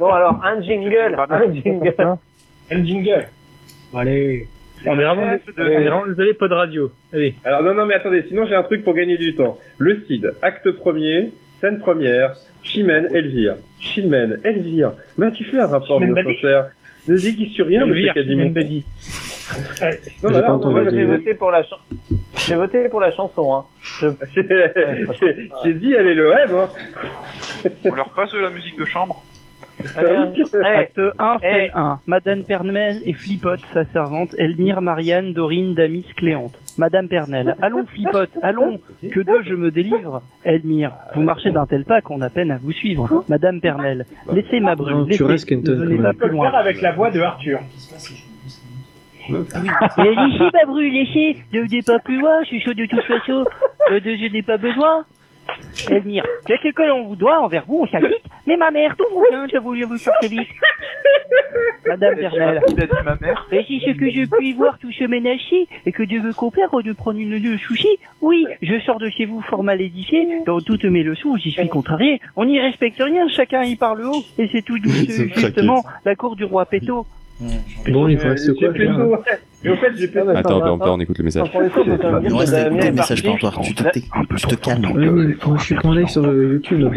[SPEAKER 17] Bon, alors, un jingle. Un jingle.
[SPEAKER 16] Un jingle. Allez.
[SPEAKER 11] On est vraiment désolé.
[SPEAKER 16] On est vraiment désolé, pas de radio. Allez.
[SPEAKER 11] Alors non, non, mais attendez, sinon j'ai un truc pour gagner du temps. Le CID, acte premier, scène première, Chimène, Elvire. Chimène, Elvire. Mais tu fais un rapport,
[SPEAKER 16] Chimène
[SPEAKER 11] mon
[SPEAKER 16] Badi.
[SPEAKER 11] sincère. Ne déguise sur rien, mais
[SPEAKER 16] Elvire,
[SPEAKER 11] c'est quasiment.
[SPEAKER 16] Chimène Badi.
[SPEAKER 11] Non, mais
[SPEAKER 16] J'ai
[SPEAKER 11] là,
[SPEAKER 16] pas
[SPEAKER 11] on
[SPEAKER 16] entendu
[SPEAKER 11] va
[SPEAKER 16] la
[SPEAKER 11] le
[SPEAKER 16] deuxième.
[SPEAKER 11] voter.
[SPEAKER 17] voté pour la chanson. J'ai voté pour la chanson. Hein. Je-
[SPEAKER 11] J'ai- J'ai dit, elle est le rêve, hein.
[SPEAKER 16] On leur passe de la musique de chambre.
[SPEAKER 9] Euh,
[SPEAKER 16] hein.
[SPEAKER 11] Euh,
[SPEAKER 9] Acte 1,
[SPEAKER 11] Eh,
[SPEAKER 9] scène 1. Madame Pernel et Flipote, sa servante, Elmire, Marianne, Dorine, Damis, Cléante. Madame Pernel, allons Flipote, allons, que d'eux je me délivre. Elmire, vous marchez d'un tel pas qu'on a peine à vous suivre. Madame Pernel, laissez ma brune,
[SPEAKER 14] Non, tu
[SPEAKER 9] laissez,
[SPEAKER 14] restes, Kenton,
[SPEAKER 9] ne venez
[SPEAKER 14] quand
[SPEAKER 9] pas
[SPEAKER 14] même.
[SPEAKER 9] plus
[SPEAKER 11] eh,
[SPEAKER 9] loin.
[SPEAKER 16] avec la voix de Arthur.
[SPEAKER 9] Et laissez ma brune, laissez, ne venez pas plus loin, je suis chaud de toute façon. Euh, de je n'ai pas besoin. Elmire, qu'est-ce que l'on vous doit envers vous, on s'agit Mais ma mère, tout vous bien, je vous, je vous sortez vite. Madame Bernal.
[SPEAKER 18] ma mère
[SPEAKER 9] Et si ce que je puis voir tout ce ménage-ci, et que Dieu veut qu'on perd au lieu de prendre une de sushi, oui, je sors de chez vous fort mal édifié, dans toutes mes leçons, j'y suis contrarié, on n'y respecte rien, chacun y parle haut, et c'est tout
[SPEAKER 14] C'est
[SPEAKER 9] douceux,
[SPEAKER 14] craqué,
[SPEAKER 9] justement, la cour du roi Péto.
[SPEAKER 14] Bon, il faut rester quoi
[SPEAKER 16] J'ai plutôt-
[SPEAKER 14] là
[SPEAKER 16] ouais. Mais au fait, j'ai plutôt-
[SPEAKER 4] Attends, on, on écoute le message.
[SPEAKER 13] Il reste à écouter le message péremptoire. Tu te tais, tu te calmes.
[SPEAKER 14] Ouais, mais faut que je suis en live sur euh, YouTube. là.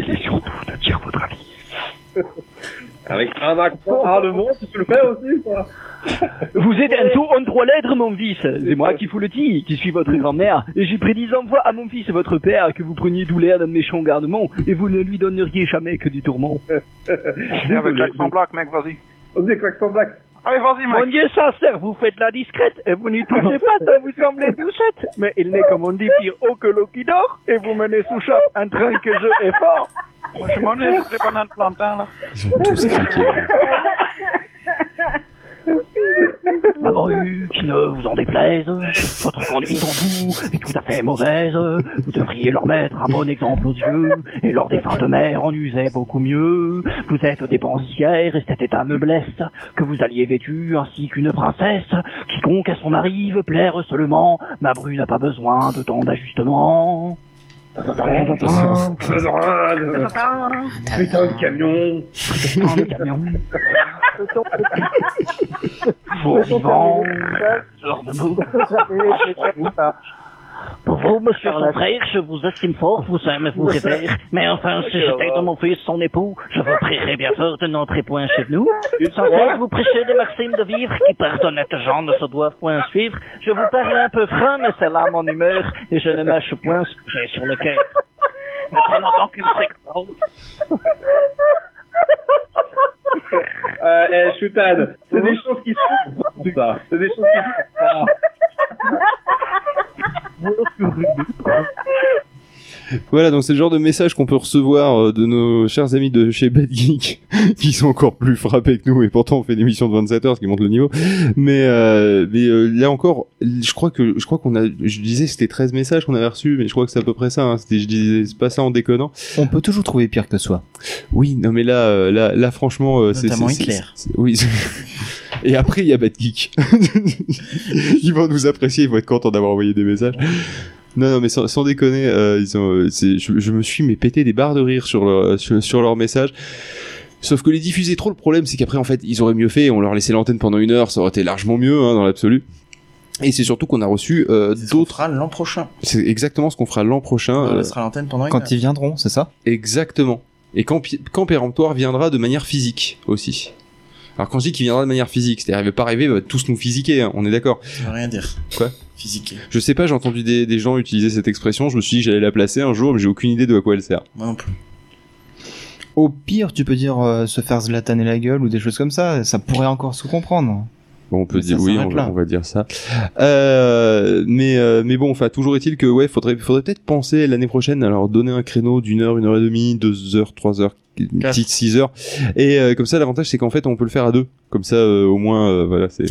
[SPEAKER 11] Avec un accent allemand, tu le fais aussi, quoi.
[SPEAKER 9] Vous êtes un taux en trois lettres, mon fils. C'est moi qui vous le dis, qui suis votre grand-mère. Et j'ai prédit en fois à mon fils, votre père, que vous preniez douleur d'un méchant gardement, et vous ne lui donneriez jamais que du tourment.
[SPEAKER 18] Viens avec l'accent black, mec, vas-y.
[SPEAKER 11] Vas-y, avec l'accent black.
[SPEAKER 18] Allez, vas-y,
[SPEAKER 9] Mon
[SPEAKER 18] mec.
[SPEAKER 9] Dieu, sincère, vous faites la discrète, et vous n'y touchez pas, ça vous semblez doucette. Mais il n'est, comme on dit, pire haut que l'eau qui dort, et vous menez sous chape un train que je ai fort.
[SPEAKER 18] Moi, je m'en ai, c'est pas un plantain, là.
[SPEAKER 4] Ils ont tous craqué.
[SPEAKER 9] Maman qui ne vous en déplaise, votre conduite en tout est tout à fait mauvaise. Vous devriez leur mettre un bon exemple aux yeux, et leur départ de mère en usait beaucoup mieux. Vous êtes dépensière, et cet état me blesse, que vous alliez vêtue ainsi qu'une princesse. Quiconque à son arrive plaire seulement, ma bru n'a pas besoin de tant d'ajustement.
[SPEAKER 11] Putain de camion.
[SPEAKER 9] Putain de camion.
[SPEAKER 18] Faux vivant.
[SPEAKER 9] Genre de boue. Pour vous, monsieur son frère, je vous estime fort, vous aime et vous révère. Mais enfin, si j'étais de mon fils, son époux, je vous prierais bien fort de n'entrer point chez nous. Sans faire, vous prêchez des maximes de vivre qui, par d'honnêtes gens, ne se doivent point suivre. Je vous parle un peu franc, mais c'est là mon humeur, et je ne mâche point ce que j'ai sur le cœur. Mais très longtemps qu'il s'éclate.
[SPEAKER 11] Euh, eh, Shoutan, c'est des choses qui se font, tout ça. C'est des choses qui se font.
[SPEAKER 4] Voilà, donc c'est le genre de message qu'on peut recevoir euh, de nos chers amis de chez Bad Geek, qui sont encore plus frappés que nous, et pourtant on fait une émission de 27 heures, ce qui monte le niveau. Mais, euh, mais euh, là encore, je crois que je crois qu'on a, je disais c'était 13 messages qu'on avait reçus, mais je crois que c'est à peu près ça. hein. C'était, je disais c'est pas ça en déconnant.
[SPEAKER 5] On peut toujours trouver pire que soi.
[SPEAKER 4] Oui, non mais là, euh, là, là franchement, euh, c'est
[SPEAKER 5] Notamment
[SPEAKER 4] c'est- c'est-
[SPEAKER 5] Hitler.
[SPEAKER 4] c'est- Oui. Et après, il y a Bad Geek. ils vont nous apprécier, ils vont être contents d'avoir envoyé des messages. Non, non, mais sans, sans déconner, euh, ils ont, euh, c'est- je, je me suis mais pété des barres de rire sur leur, sur, sur leur message. Sauf que les diffuser trop, le problème, c'est qu'après, en fait, ils auraient mieux fait. On leur laissait l'antenne pendant une heure, ça aurait été largement mieux hein, dans l'absolu. Et c'est surtout qu'on a reçu euh, d'autres.
[SPEAKER 13] L'an prochain.
[SPEAKER 4] C'est exactement ce qu'on fera l'an prochain.
[SPEAKER 13] On
[SPEAKER 4] euh,
[SPEAKER 13] laissera l'antenne pendant une heure.
[SPEAKER 4] viendront, c'est ça Exactement. Et quand, pi- quand péremptoire viendra de manière physique aussi. Alors quand je dis qu'il viendra de manière physique, c'est-à-dire il va pas arriver, il va tous nous physiquer, hein, on est d'accord.
[SPEAKER 13] Ça veut rien dire.
[SPEAKER 4] Quoi
[SPEAKER 13] Physique.
[SPEAKER 4] Je sais pas, j'ai entendu des, des gens utiliser cette expression, je me suis dit que j'allais la placer un jour, mais j'ai aucune idée de à quoi elle sert.
[SPEAKER 13] Moi non plus.
[SPEAKER 5] Au pire, tu peux dire euh, se faire zlataner la gueule ou des choses comme ça, ça pourrait encore se comprendre.
[SPEAKER 4] Bon, on peut
[SPEAKER 5] Mais
[SPEAKER 4] dire
[SPEAKER 5] ça
[SPEAKER 4] oui,
[SPEAKER 5] s'arrête
[SPEAKER 4] on, va-
[SPEAKER 5] là.
[SPEAKER 4] on va dire ça. Euh, mais euh, mais bon, enfin toujours est-il que ouais, faudrait faudrait peut-être penser l'année prochaine à leur donner un créneau d'une heure, une heure et demie, deux heures, trois heures, une petite six heures. Et euh, comme ça, l'avantage c'est qu'en fait on peut le faire à deux. Comme ça, euh, au moins euh, voilà c'est.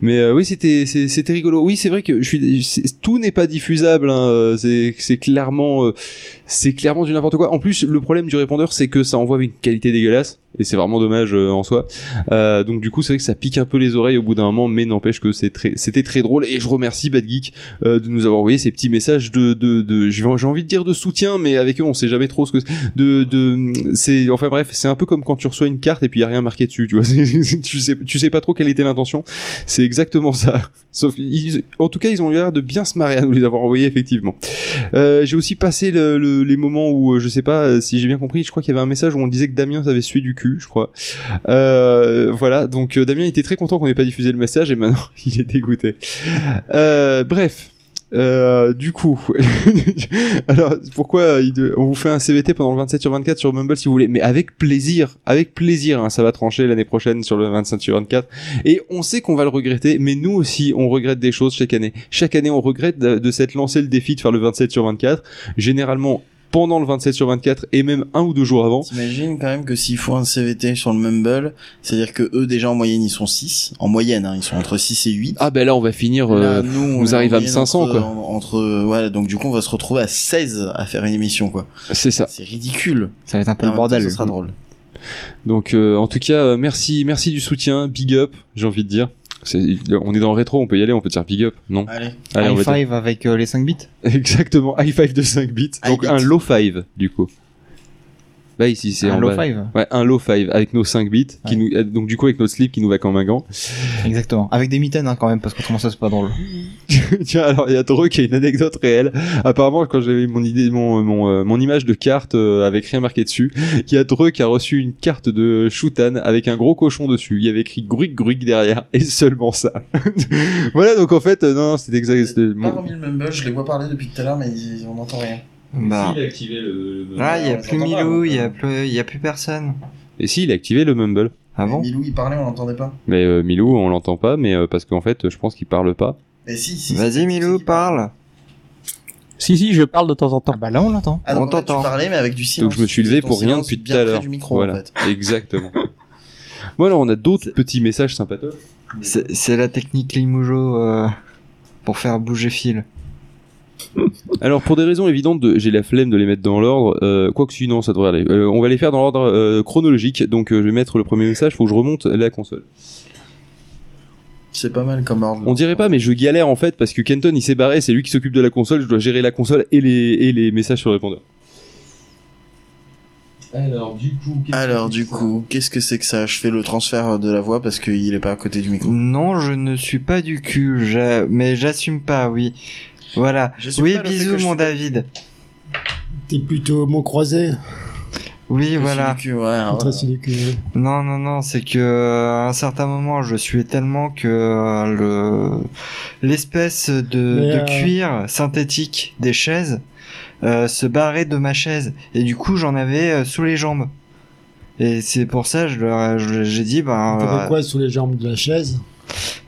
[SPEAKER 4] Mais euh, oui, c'était c'est- c'était rigolo. Oui, c'est vrai que je suis c'est- tout n'est pas diffusable. hein, euh, c'est c'est clairement euh, c'est clairement du n'importe quoi. En plus, le problème du répondeur c'est que ça envoie avec une qualité dégueulasse et c'est vraiment dommage euh, en soi. Euh, donc du coup, c'est vrai que ça pique un peu les oreilles au bout d'un moment, mais n'empêche que c'est très, c'était très drôle et je remercie Bad Geek euh, de nous avoir envoyé ces petits messages de, de, de j'ai j'ai envie de dire de soutien, mais avec eux on sait jamais trop ce que de, de c'est enfin bref, c'est un peu comme quand tu reçois une carte et puis il y a rien marqué dessus, tu vois, c'est- tu sais, tu sais pas trop quelle était l'intention, c'est exactement ça. Sauf, ils- en tout cas, ils ont eu l'air de bien se marrer à nous les avoir envoyés effectivement. Euh, j'ai aussi passé le- le- les moments où euh, je sais pas euh, si j'ai bien compris, je crois qu'il y avait un message où on disait que Damien avait sué du cul, je crois. Euh, voilà, donc euh, Damien était très content qu'on n'ait pas diffusé le message et maintenant il est dégoûté. Euh, bref. Euh, du coup, alors pourquoi euh, il de- on vous fait un CVT pendant le 27 sur 24 sur Mumble si vous voulez, mais avec plaisir, avec plaisir, hein, ça va trancher l'année prochaine sur le 25 sur 24 et on sait qu'on va le regretter, mais nous aussi on regrette des choses chaque année. Chaque année on regrette de, de s'être lancé le défi de faire le 27 sur 24. Généralement pendant le 27 sur 24 et même un ou deux jours avant.
[SPEAKER 13] T'imagines quand même que s'ils font un CVT sur le Mumble, c'est-à-dire que eux déjà en moyenne ils sont 6, en moyenne hein, ils sont entre 6 et 8.
[SPEAKER 4] Ah ben là on va finir, euh, on,
[SPEAKER 13] est en
[SPEAKER 4] arrive à
[SPEAKER 13] moyenne
[SPEAKER 4] 500
[SPEAKER 13] entre,
[SPEAKER 4] quoi.
[SPEAKER 13] en- Entre, euh, voilà, donc du coup on va se retrouver à 16 à faire une émission quoi.
[SPEAKER 4] C'est ça.
[SPEAKER 13] C'est ridicule.
[SPEAKER 5] Ça va être un
[SPEAKER 13] peu le bordel. Ça sera drôle.
[SPEAKER 4] Donc euh, en tout cas, euh, merci, merci du soutien, big up, j'ai envie de dire. C'est- on est dans le rétro, on peut y aller, on peut dire big up, non
[SPEAKER 13] Allez,
[SPEAKER 4] on
[SPEAKER 5] High
[SPEAKER 4] va dire-
[SPEAKER 5] five avec euh, les 5 bits
[SPEAKER 4] Exactement, high five de 5 bits, donc un low five du coup. Là ici c'est
[SPEAKER 5] Un
[SPEAKER 4] en
[SPEAKER 5] low
[SPEAKER 4] bas.
[SPEAKER 5] five
[SPEAKER 4] Ouais, un low five avec nos 5 bits, qui nous, euh, donc du coup avec notre slip qui nous va comme un gant.
[SPEAKER 5] Exactement. Avec des mitaines hein, quand même, parce qu'autrement ça c'est pas drôle.
[SPEAKER 4] Tiens, alors il y a Doro qui a une anecdote réelle. Apparemment, quand j'avais mon idée, mon, mon, euh, mon image de carte euh, avec rien marqué dessus, il y a Doro qui a reçu une carte de Shoutan avec un gros cochon dessus. Il y avait écrit Gruig Gruig derrière et seulement ça. voilà, donc en fait, euh, non, non, c'était exact. c'était
[SPEAKER 13] Pas
[SPEAKER 4] mon-
[SPEAKER 13] remis le Mumble, je les vois parler depuis tout à l'heure mais ils- on n'entend rien.
[SPEAKER 6] Bah.
[SPEAKER 13] il a
[SPEAKER 4] activé le.
[SPEAKER 6] Là, Ah, il y a
[SPEAKER 13] Euh, on
[SPEAKER 6] plus
[SPEAKER 13] s'entend pas,
[SPEAKER 6] Milou, il y a
[SPEAKER 13] donc,
[SPEAKER 6] plus, il y a plus personne. Ah
[SPEAKER 4] Et si, il a activé le Mumble.
[SPEAKER 13] Mais Milou il parlait, on l'entendait pas.
[SPEAKER 4] Mais euh, Milou, on l'entend pas, mais euh, parce qu'en fait, je pense qu'il parle pas.
[SPEAKER 13] Mais si, si.
[SPEAKER 6] Vas-y, Milou, parle.
[SPEAKER 19] Si, si, je parle de temps en temps.
[SPEAKER 5] bah là, on l'entend.
[SPEAKER 13] Ah, donc, en fait, tu parlais mais avec du silence.
[SPEAKER 4] Donc je me suis
[SPEAKER 13] Tu
[SPEAKER 4] levé
[SPEAKER 13] ton
[SPEAKER 4] pour rien
[SPEAKER 13] silence
[SPEAKER 4] depuis tout
[SPEAKER 13] bien
[SPEAKER 4] à
[SPEAKER 13] près
[SPEAKER 4] l'heure.
[SPEAKER 13] du micro, en
[SPEAKER 4] voilà,
[SPEAKER 13] fait.
[SPEAKER 4] exactement. voilà, on a d'autres petits messages sympatoches.
[SPEAKER 6] C'est c'est la technique Limoujo euh, pour faire bouger fil.
[SPEAKER 4] Alors pour des raisons évidentes, de- j'ai la flemme de les mettre dans l'ordre. Euh, Quoique sinon, ça devrait aller. Euh, on va les faire dans l'ordre euh, chronologique. Donc euh, je vais mettre le premier message. Faut que je remonte la console.
[SPEAKER 13] C'est pas mal comme ordre.
[SPEAKER 4] On dirait pas, mais je galère en fait parce que Kenton il s'est barré. C'est lui qui s'occupe de la console. Je dois gérer la console et les et les messages sur le répondeur. Alors du coup.
[SPEAKER 13] Alors du coup, qu'est-ce que c'est que ça Je fais le transfert de la voix parce qu'il est pas à côté du micro.
[SPEAKER 6] Non, je ne suis pas du cul, j'a- mais j'assume pas, oui. Voilà.
[SPEAKER 13] J'assume
[SPEAKER 6] Oui,
[SPEAKER 13] pas le fait
[SPEAKER 6] bisous,
[SPEAKER 13] que je
[SPEAKER 6] mon
[SPEAKER 13] suis-
[SPEAKER 6] David.
[SPEAKER 1] T'es plutôt mot croisé.
[SPEAKER 6] Oui,
[SPEAKER 13] suis
[SPEAKER 6] voilà.
[SPEAKER 13] du cul, ouais, ouais.
[SPEAKER 1] Très celui que-
[SPEAKER 6] Non, non, non, c'est que euh, à un certain moment, je suis tellement que euh, le l'espèce de,
[SPEAKER 1] Mais,
[SPEAKER 6] de
[SPEAKER 1] euh,
[SPEAKER 6] cuir synthétique des chaises euh, se barrait de ma chaise et du coup, j'en avais euh, sous les jambes. Et c'est pour ça, je leur- je- j'ai dit, ben.
[SPEAKER 1] T'avais
[SPEAKER 6] euh,
[SPEAKER 1] quoi sous les jambes de la chaise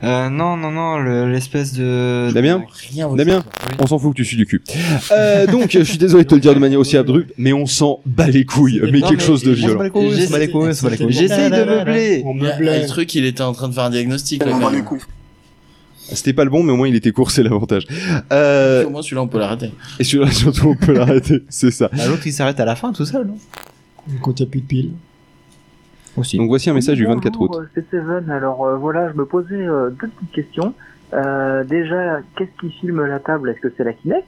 [SPEAKER 6] euh, non, non, non, le- l'espèce de.
[SPEAKER 4] Damien,
[SPEAKER 6] Rien vous-
[SPEAKER 4] Damien, on s'en fout que tu suis du cul. Euh, donc, je suis désolé de te le dire de manière aussi abrupte, mais on s'en bat les couilles, mais
[SPEAKER 6] Non,
[SPEAKER 4] quelque
[SPEAKER 6] mais
[SPEAKER 4] chose de
[SPEAKER 6] on s'en
[SPEAKER 4] violent.
[SPEAKER 6] bat les couilles, on s'en bat les couilles, on s'en bat les couilles. J'essaye de meubler.
[SPEAKER 1] On
[SPEAKER 13] Le truc, il était en train de faire un diagnostic. là, quand même.
[SPEAKER 4] C'était pas le bon, mais au moins il était court, c'est l'avantage. Euh,
[SPEAKER 13] Au moins celui-là, on peut l'arrêter.
[SPEAKER 4] et celui-là, surtout, on peut l'arrêter, c'est ça.
[SPEAKER 5] Bah, L'autre il s'arrête à la fin tout seul, non
[SPEAKER 1] Quand il n'y a plus de piles.
[SPEAKER 4] Donc voici un message du 24 août.
[SPEAKER 20] Bonjour, C'est Seven. Alors euh, voilà, je me posais euh, deux petites questions. Euh, déjà, qu'est-ce qui filme la table Est-ce que c'est la Kinect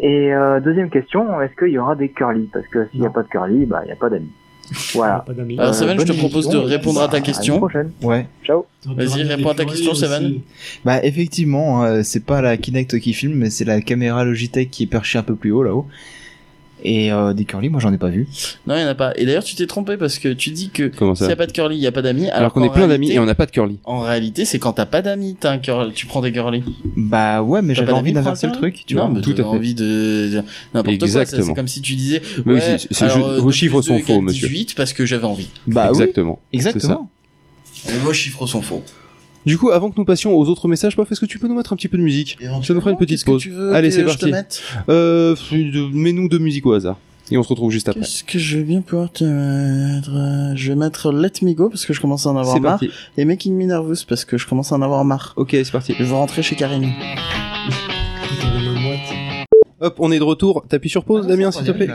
[SPEAKER 20] Et euh, deuxième question, est-ce qu'il y aura des curly Parce que s'il n'y a pas de curly, bah il n'y a pas d'amis. Voilà.
[SPEAKER 13] Alors, Seven, je te propose de répondre à ta question.
[SPEAKER 5] Ouais.
[SPEAKER 20] Ciao.
[SPEAKER 13] Vas-y, réponds à ta question,
[SPEAKER 14] Ah,
[SPEAKER 13] Seven.
[SPEAKER 5] Bah effectivement, euh, c'est pas la Kinect qui filme, mais c'est la caméra Logitech qui est perchée un peu plus haut là-haut. Et euh, des curly, moi j'en ai pas vu.
[SPEAKER 13] Non, il y en a pas. Et d'ailleurs, tu t'es trompé parce que tu dis que
[SPEAKER 4] Comment ça
[SPEAKER 13] s'il y a pas de curly, il y a pas d'amis. Alors,
[SPEAKER 4] Alors qu'on
[SPEAKER 13] qu'en
[SPEAKER 4] est plein d'amis
[SPEAKER 13] réalité-
[SPEAKER 4] et on n'a pas de curly.
[SPEAKER 13] En réalité, c'est quand t'as pas d'amis, t'as un curly, tu prends des curly.
[SPEAKER 5] Bah ouais, mais
[SPEAKER 13] T'as
[SPEAKER 5] j'avais
[SPEAKER 13] pas
[SPEAKER 5] envie
[SPEAKER 13] d'amis,
[SPEAKER 5] d'inverser
[SPEAKER 13] prends un
[SPEAKER 5] le
[SPEAKER 13] curly.
[SPEAKER 5] truc, tu
[SPEAKER 13] non,
[SPEAKER 5] vois.
[SPEAKER 13] mais
[SPEAKER 5] Tout à
[SPEAKER 13] t'avais
[SPEAKER 5] fait.
[SPEAKER 13] envie de dire n'importe quoi. ça,
[SPEAKER 4] Exactement.
[SPEAKER 13] C'est comme si tu disais.
[SPEAKER 4] Mais
[SPEAKER 13] ouais,
[SPEAKER 4] c'est- c'est
[SPEAKER 13] alors,
[SPEAKER 4] juste-
[SPEAKER 13] euh,
[SPEAKER 4] vos
[SPEAKER 13] de
[SPEAKER 4] chiffres
[SPEAKER 13] plus
[SPEAKER 4] sont
[SPEAKER 13] de
[SPEAKER 4] faux,
[SPEAKER 13] quatre,
[SPEAKER 4] monsieur.
[SPEAKER 13] 18 parce que j'avais envie.
[SPEAKER 5] Bah oui.
[SPEAKER 4] Exactement.
[SPEAKER 5] Exactement.
[SPEAKER 13] Et vos chiffres sont faux.
[SPEAKER 4] Du coup, avant que nous passions aux autres messages, Paf, est-ce que tu peux nous mettre un petit peu de musique Ça nous fera une petite pause.
[SPEAKER 13] que tu veux
[SPEAKER 4] Allez,
[SPEAKER 13] que
[SPEAKER 4] c'est
[SPEAKER 13] je te
[SPEAKER 4] parti.
[SPEAKER 13] mette
[SPEAKER 4] Euh, Mets-nous de musique au hasard. Et on se retrouve juste après.
[SPEAKER 13] Qu'est-ce que je vais bien pouvoir te mettre euh, Je vais mettre Let Me Go parce que je commence à en avoir
[SPEAKER 4] C'est
[SPEAKER 13] marre.
[SPEAKER 4] parti.
[SPEAKER 13] Et Making Me Nervous parce que je commence à en avoir marre.
[SPEAKER 4] Ok, c'est parti.
[SPEAKER 13] Je vais rentrer chez Karine.
[SPEAKER 4] Hop, on est de retour. T'appuies sur
[SPEAKER 5] Ah
[SPEAKER 4] pause, Damien, s'il te plaît.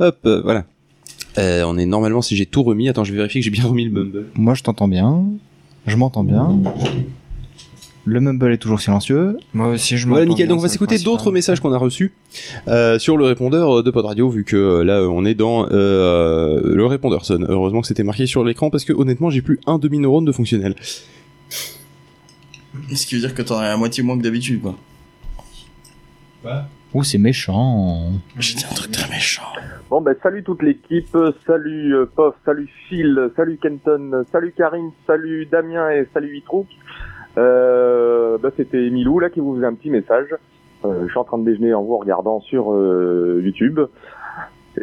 [SPEAKER 4] Hop, euh, voilà. Euh, on est normalement, si j'ai tout remis, attends, je vais vérifier que j'ai bien remis le bumble.
[SPEAKER 5] Moi je t'entends bien, je m'entends bien.
[SPEAKER 4] Mmh.
[SPEAKER 5] Le mumble est toujours silencieux.
[SPEAKER 6] Moi aussi je
[SPEAKER 4] Voilà, nickel. Donc, on va s'écouter d'autres messages qu'on a reçus euh, sur le répondeur euh, de Pod Radio, vu que euh, là, euh, on est dans euh, le répondeur sonne. Heureusement que c'était marqué sur l'écran, parce que honnêtement, j'ai plus un demi-neurone de fonctionnel.
[SPEAKER 13] Ce qui veut dire que t'en as à moitié moins que d'habitude, quoi.
[SPEAKER 5] Oh, c'est méchant.
[SPEAKER 13] J'ai dit un truc très méchant.
[SPEAKER 11] Bon ben salut toute l'équipe, salut euh, Pof, salut Phil, salut Kenton, salut Karine, salut Damien et salut Itrouk. Euh, ben, c'était Milou là qui vous faisait un petit message. Euh, je suis en train de déjeuner en vous regardant sur euh, YouTube.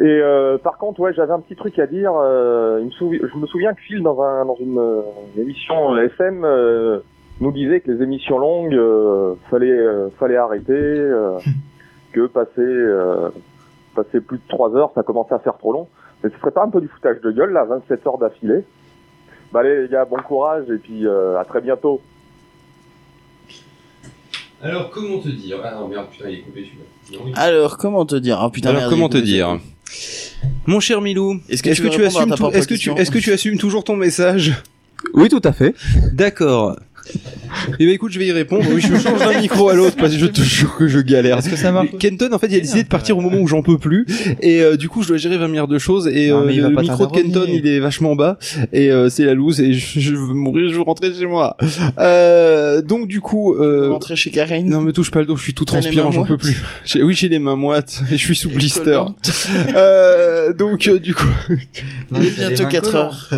[SPEAKER 11] Et euh, par contre, ouais, j'avais un petit truc à dire. euh, il me souvi- je me souviens que Phil, dans, un, dans une euh, émission SM, euh, nous disait que les émissions longues, euh, fallait, euh, fallait arrêter, euh, que passer euh, passé plus de 3 heures, ça commençait à faire trop long. Mais ce serait pas un peu du foutage de gueule, là, 27 heures d'affilée Bah allez les gars, bon courage et puis euh, à très bientôt.
[SPEAKER 21] Alors, comment te dire Ah non, merde, putain, il est coupé celui-là.
[SPEAKER 13] Alors, comment te dire Ah putain,
[SPEAKER 4] Alors,
[SPEAKER 13] merde,
[SPEAKER 4] comment
[SPEAKER 13] il est
[SPEAKER 4] te dire Mon cher Milou,
[SPEAKER 13] Est-ce que tu veux répondre à ta
[SPEAKER 4] tou-
[SPEAKER 13] propre
[SPEAKER 4] est-ce que tu
[SPEAKER 13] question
[SPEAKER 4] est-ce que tu assumes toujours ton message
[SPEAKER 19] Oui, tout à fait.
[SPEAKER 4] D'accord. Eh ben écoute, je vais y répondre. Oui, je change d'un micro à l'autre parce que je te jure que je galère. Est-ce que ça marche Kenton, en fait, il a décidé de partir au moment où j'en peux plus. Et euh, du coup, je dois gérer 20 milliards de choses. Et
[SPEAKER 5] Non,
[SPEAKER 4] euh,
[SPEAKER 5] mais il va
[SPEAKER 4] le
[SPEAKER 5] pas
[SPEAKER 4] micro de Kenton, il est vachement bas. Et euh, c'est la loose. Et je, je veux mourir, je veux rentrer chez moi. Euh, donc du coup... Euh,
[SPEAKER 13] rentrer chez Karine
[SPEAKER 4] Non, me touche pas le dos, je suis tout
[SPEAKER 13] T'as les
[SPEAKER 4] transpirant,
[SPEAKER 13] mains
[SPEAKER 4] j'en peux
[SPEAKER 13] moites
[SPEAKER 4] plus. J'ai- Oui, j'ai les mains moites. Et je suis sous blister. Euh, donc euh, du coup...
[SPEAKER 13] Il est bientôt 4 heures.